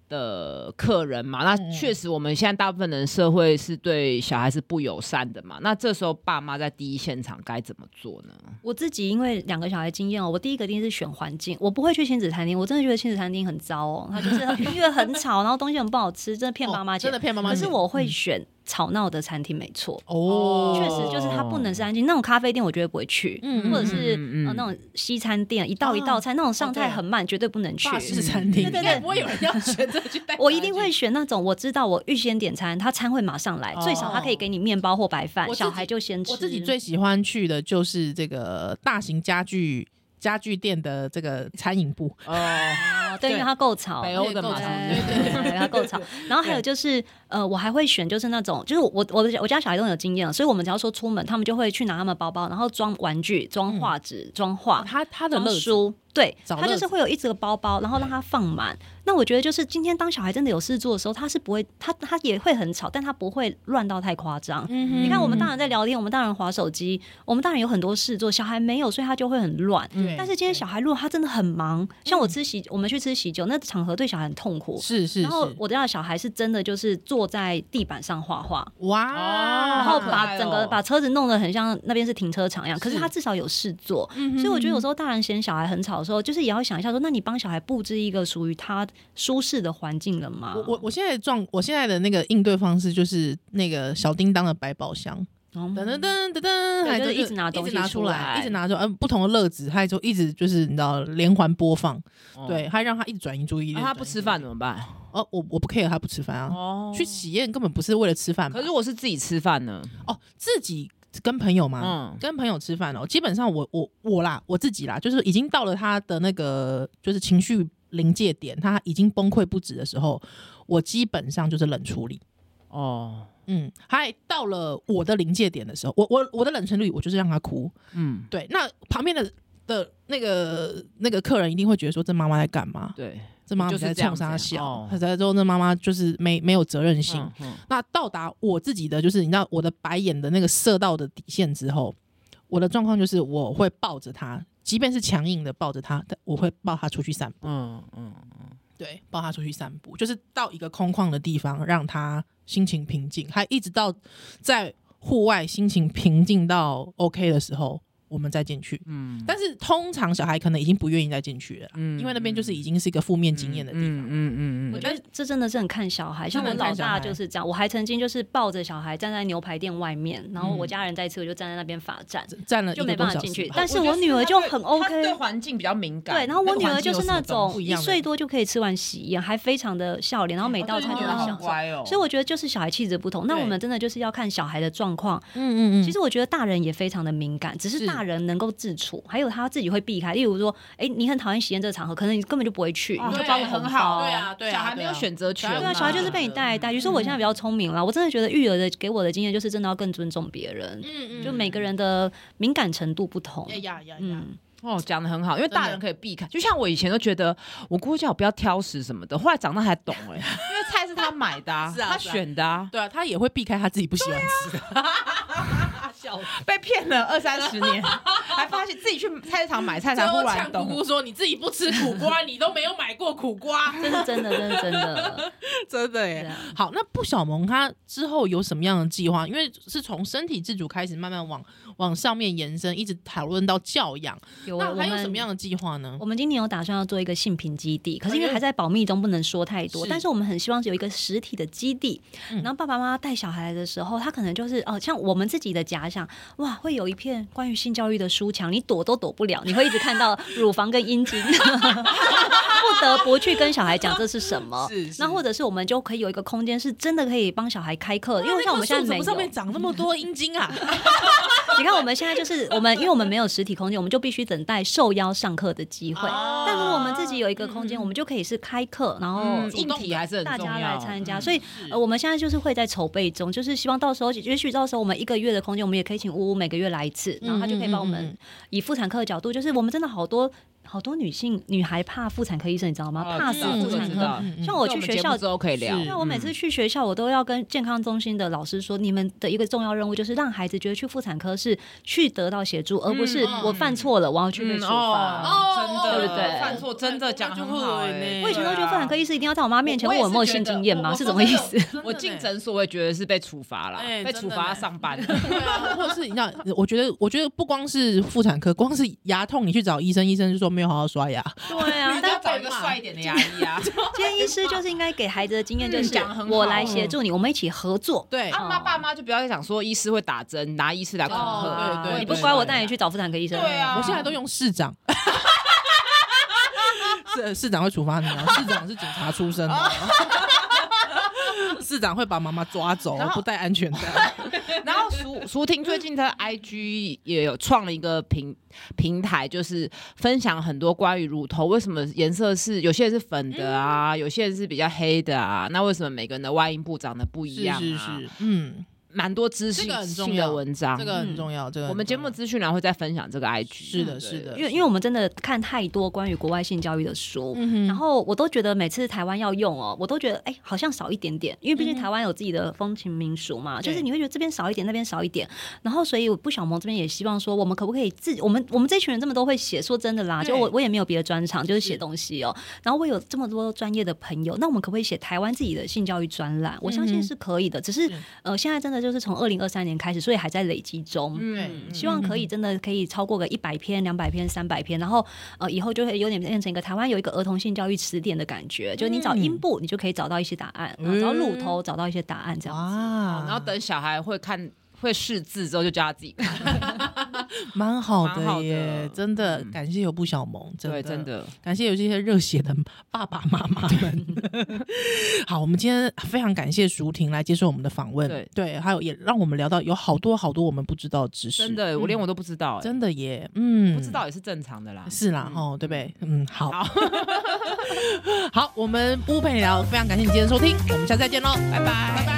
B: 的客人嘛。那
A: 嗯
B: 确实，我们现在大部分人社会是对小孩是不友善的嘛。那这时候爸妈在第一现场该怎么做呢？
C: 我自己因为两个小孩经验哦，我第一个一定是选环境，我不会去亲子餐厅，我真的觉得亲子餐厅很糟哦，它就是音乐很吵，然后东西很不好吃，真的骗
A: 哦
C: 爸妈钱。
A: 真的骗妈妈
C: 可
A: 钱，
C: 是我会选吵闹的餐厅，没错。
A: 哦，
C: 确实，就是它不能是安静。那种咖啡店我绝对不会去，
A: 嗯哦
C: 或者是、
B: 哦嗯嗯嗯
C: 呃那种西餐店一道一道菜，那种上菜很慢，绝对不能去。
A: 法
B: 嗯
A: 式餐厅，
C: 对对对
A: 应该不会有人要选择去带
C: 我一定会选那种我知道我预先点餐，他餐会马上来，
A: 哦
C: 最少他可以给你面包或白饭
A: 我，自己
C: 小孩就先吃。
A: 我自己最喜欢去的就是这个大型家具家具店的这个餐饮部，
B: 哦，
C: 哦对，因
A: 对
C: 为它够吵。
B: 北欧的嘛
A: 够，吵
B: 对
A: 对对
C: 对 对，它够吵。然后还有就是，呃，我还会选就是那种，就是我我的我家小孩都很有经验了，所以我们只要说出门，他们就会去拿他们包包，然后装玩具、装
A: 嗯
C: 画纸、装画、
A: 他他的
C: 装
A: 乐趣
C: 书。对，
A: 找
C: 他就
A: 乐
C: 是
A: 子
C: 会有一整个包包，然后让他放满。那我觉得就是今天当小孩真的有事做的时候，他是不会，他他也会很吵，但他不会乱到太夸张。
A: 嗯哼
C: 你看，我们大人在聊天，我们大人划手机，我们大人有很多事做，小孩没有，所以他就会很乱。
A: 嗯对嗯
C: 但是今天小孩如果他真的很忙，像我吃喜，我们去吃喜酒，那场合对小孩很痛苦。
A: 是是
C: 然后
A: 是，
C: 我家的小孩是真的就是坐在地板上画画，
A: 哇，
C: 然后
B: 好可爱
C: 把整个
B: 哦
C: 把车子弄得很像那边是停车场一样，可是
A: 是嗯
C: 他至少有事做，所以我觉得有时候大人嫌小孩很吵好的时候，就是也要想一下说，那你帮小孩布置一个属于他舒适的环境了吗？
A: 我我我现在的状，我现在的那个应对方式就是那个小叮当的百宝箱，
C: 哦
A: 噔噔噔噔噔，还
C: 就是一直拿东西
A: 一直拿
C: 出
A: 出
C: 来
A: 来，一直拿出来，呃，不同的乐子，还就一直就是你知道连环播放，
B: 哦
A: 对，还让他一直转移注意力。
B: 那、他不吃饭怎么办？
A: 哦，我我不 care 他不吃饭啊，
B: 哦
A: 去喜宴根本不是为了吃饭吧，
B: 可是我是自己吃饭呢，
A: 哦自己跟朋友嘛。
B: 嗯，
A: 跟朋友吃饭哦，基本上我我我啦，我自己啦，就是已经到了他的那个就是情绪临界点，他已经崩溃不止的时候，我基本上就是冷处理。
B: 哦，
A: 嗯，还到了我的临界点的时候，我我我的冷处理，我就是让他哭。
B: 嗯，
A: 对，那旁边的的那个那个客人一定会觉得说，这妈妈在干嘛？
B: 对，
A: 这妈妈
B: 就是
A: 在
B: 这样
A: 冲啥
B: 子啊
A: 小
B: 哦？
A: 他在说这妈妈就是没没有责任心。
B: 嗯嗯
A: 那到达我自己的，就是你知道我的白眼的那个射到的底线之后，我的状况就是我会抱着他，即便是强硬的抱着他，但我会抱他出去散步。
B: 嗯嗯，
A: 对，抱他出去散步，就是到一个空旷的地方，让他心情平静。还一直到在户外心情平静到 OK 的时候，我们再进去。
B: 嗯
A: 但是通常小孩可能已经不愿意再进去了啦，
B: 嗯
A: 因为那边就是已经是一个负面经验的地方。
B: 嗯嗯嗯
C: 我
B: 嗯
C: 觉得这真的是很看小孩，像我
A: 真的
C: 老
A: 很看小
C: 大
A: 孩
C: 就是这样。我还曾经就是抱着小孩站在牛排店外面，然后
A: 嗯
C: 我家人在吃，我就站在那边罚站，
A: 站了一
C: 就
A: 个
C: 没
A: 多
C: 办法
A: 小
C: 进
A: 时
C: 去
A: 吧。。
C: 但是
B: 我觉
C: 我
B: 得
C: 女儿就很
B: 他对
C: OK。
B: 环境比较敏感，
C: 对，然后我
A: 那个
C: 女
A: 环
C: 儿
A: 境
C: 就
A: 有
C: 是
A: 什么
C: 那
A: 东
C: 种
A: 不一
C: 一
A: 样的
C: 岁多就可以吃完喜宴，还非常的笑脸，然后每道菜
B: 哦
C: 都
B: 对
C: 在
B: 女儿
C: 享
B: 好
C: 受。
B: 乖哦，
C: 所以我觉得就是小孩气质不同，那
A: 对
C: 我们真的就是要看小孩的状况。
A: 嗯嗯嗯，
C: 其实我觉得大人也非常的敏感，只是
A: 是
C: 大人能够自处，还有他自己会避开。例如说，哎，你很讨厌喜宴这个场合，可能你根本就不会去，
B: 哦
C: 你就
B: 对
C: 包个红
B: 很
C: 包
B: 好，
A: 对啊对啊
B: 小孩没有
A: 对啊
B: 选择权嘛，
A: 对
C: 对啊，小孩就是被你带来带去。所以
A: 嗯
C: 我现在比较聪明了，我真的觉得育儿的给我的经验就是真的要更尊重别人，
A: 嗯
C: 就每个人的敏感程度不同
A: 呀。啊呀呀呀，
C: 嗯，
B: 哦，讲的很好，因为
A: 真的
B: 大人可以避开。就像我以前都觉得我姑姑叫我不要挑食什么的，后来长大才懂哎、 因为 菜是她买的、啊，
A: 是啊
B: 她
A: 是啊
B: 选的、啊，
A: 对啊，他也会避开他自己不喜欢吃的。
B: 啊被骗了二三十 年，还发现自己去菜市场买菜才忽然
A: 姑
B: 懂。
A: 姑说：“你自己不吃苦瓜，你都没有买过苦瓜。
C: 这是真的，真的真的，”
A: 真的
C: 对
A: 耶。
C: 啊。
A: 好，那布小萌他之后有什么样的计划？因为是从身体自主开始，慢慢往往上面延伸，一直讨论到教养。
C: 有
A: 那
C: 我
A: 还有
C: 们
A: 什么样的计划呢？
C: 我们今年有打算要做一个性平基地，可是因
A: 哎
C: 为
A: 呦
C: 还在保密中，不能说太多。
A: 是
C: 但是我们很希望有一个实体的基地，
A: 嗯
C: 然后爸爸妈妈带小孩的时候，他可能就是哦、像我们自己的假想，哇，会有一片关于性教育的书墙，你躲都躲不 了，你会一直看到乳房跟阴茎， 不得不去跟小孩讲这是什么。
A: 是是
C: 那或者是我们就可以有一个空间，是真的可以帮小孩开课，因
A: 那
C: 为像我们现在
A: 怎
C: 没
A: 么
C: 有。
A: 上面长那么多阴茎啊？
C: 你看我们现在就是我们，因为我们没有实体空间，我们就必须等待受邀上课的机 会。
A: 哦
C: 但如果我们自己有一个空间，
A: 嗯嗯
C: 我们就可以是开课，然后啊
B: 嗯，
A: 主
B: 硬
A: 动
B: 体还是
C: 大
B: 很重
C: 家来参
B: 要。嗯
C: 加。所以、呃，我们现在就是会在筹备中，就是希望到时候，也许到时候我们一个月的空间，我们也可以请呜呜每个月来一次，然后他就可以帮我
A: 嗯嗯嗯
C: 们以妇产科的角度，就是我们真的好多好多女性女孩怕妇产科医生，你知道吗？
B: 哦
C: 怕
B: 知
C: 死
B: 道
C: 妇
B: 这个
C: 产
B: 知
C: 科。
B: 道
C: 像我
B: 这
C: 去
B: 们
C: 学
B: 节目
C: 校
B: 之后可以聊，
A: 是
C: 那我每
B: 嗯
C: 次去学校，我都要跟健康中心的老师说，你们的一个重要任务就是让孩子觉得去妇产科是去得到协助，而不是
B: 嗯
C: 我犯错了，我要去被处罚。
B: 哦，真的
C: 对不对
B: 犯错真的讲得很好哎、
A: 哎
C: 我以前都觉得妇产科医师一定要在我妈面前
B: 我
C: 问
B: 也
C: 我有没有
B: 是觉
C: 性
B: 得
C: 经验
B: 我
C: 吗？
B: 我
C: 是
B: 说
C: 什么意
B: 真的
C: 思？
B: 我进诊所，我也觉得是被处罚了，
A: 哎
B: 被
A: 真
B: 处
A: 的
B: 罚
A: 呢
B: 上 班。
A: 对啊， 或者是你知道，我觉得，我觉得不光是妇产科，光是牙痛，你去找医生，医生就说没有好好刷牙。
C: 对啊，
B: 要
C: 但
B: 找一个帅一点的牙医啊！
C: 今天医师就是应该给孩子的经验就
B: 嗯
C: 是
B: 讲得很好
C: 我来协助你，我们一起合作。
A: 对，
B: 啊，妈爸妈就不要再想说医师会打针，拿医师来恐吓
A: 哦。对对
C: 你
A: 对
C: 不乖，我带你去找妇产科医生。
B: 对啊
A: 我现在都用市长。 市市长会处罚你 啊！市长是警察出身的哦，市长会把妈妈抓走
B: 然，后
A: 不带安全带。
B: 然后苏 苏婷最近在 IG 也有创了一个平平台，就是分享很多关于乳头为什么颜色是有些人是粉的啊，
A: 嗯
B: 有些人是比较黑的啊，那为什么每个人的外阴部长得不一样啊？
A: 是是是，嗯，
B: 蛮多知识
A: 这个很重
B: 性
A: 要
B: 的文章。
A: 这个很重要。这个很
B: 嗯我们节
A: 重
B: 目
A: 要
B: 资讯栏会再分享这个 IG。
A: 是的，
B: 对
A: 是的，
C: 因为因为我们真的看太多关于国外性教育的书，
A: 嗯
C: 然后我都觉得每次台湾要用哦，我都觉得哎、好像少一点点，因为毕竟
A: 嗯哼
C: 台湾有自己的风情民俗嘛，就是
A: 对
C: 你会觉得这边少一点，那边少一点，然后所以我不小萌这边也希望说，我们可不可以自己，我们我们这群人这么多会写，说真的啦，
A: 对
C: 就我我也没有别的专长，就是写
A: 是
C: 东西哦，然后我有这么多专业的朋友，那我们可不可以写台湾自己的性教育专栏？我相
A: 嗯
C: 信
A: 哼
C: 是可以的，只是
A: 是
C: 呃现在真的的就是从二零二三年开始，所以还在累积中。
B: 嗯，
C: 希望可以真的可以超过个一百篇、两百篇、三百篇，然后呃以后就会有点变成一个台湾有一个儿童性教育词典的感觉，就是你找
A: 嗯
C: 音部，你就可以找到一些答案，
A: 嗯
C: 然后找乳头找到一些答案这样子。
A: 哇，
B: 嗯然后等小孩会看会识字之后，就教他自己看。
A: 蛮好
B: 蛮好
A: 的
B: 的
A: 耶，真的
B: 嗯
A: 感谢有不小萌，真的
B: 对，真的，
A: 感谢有这些热血的爸爸妈妈们。 好，我们今天非常感谢舒婷来接受我们的访问，
B: 对
A: 还有也让我们聊到有好多好多我们不知道的知识，
B: 真的，我连我都不知道，欸
A: 真的耶，嗯，
B: 不知道也是正常的啦。
A: 是啦，哦，对不对？嗯，好，
B: 好
A: 好，我们不陪你聊，非常感谢你今天的收听，我们下次再见喽，拜拜，拜拜。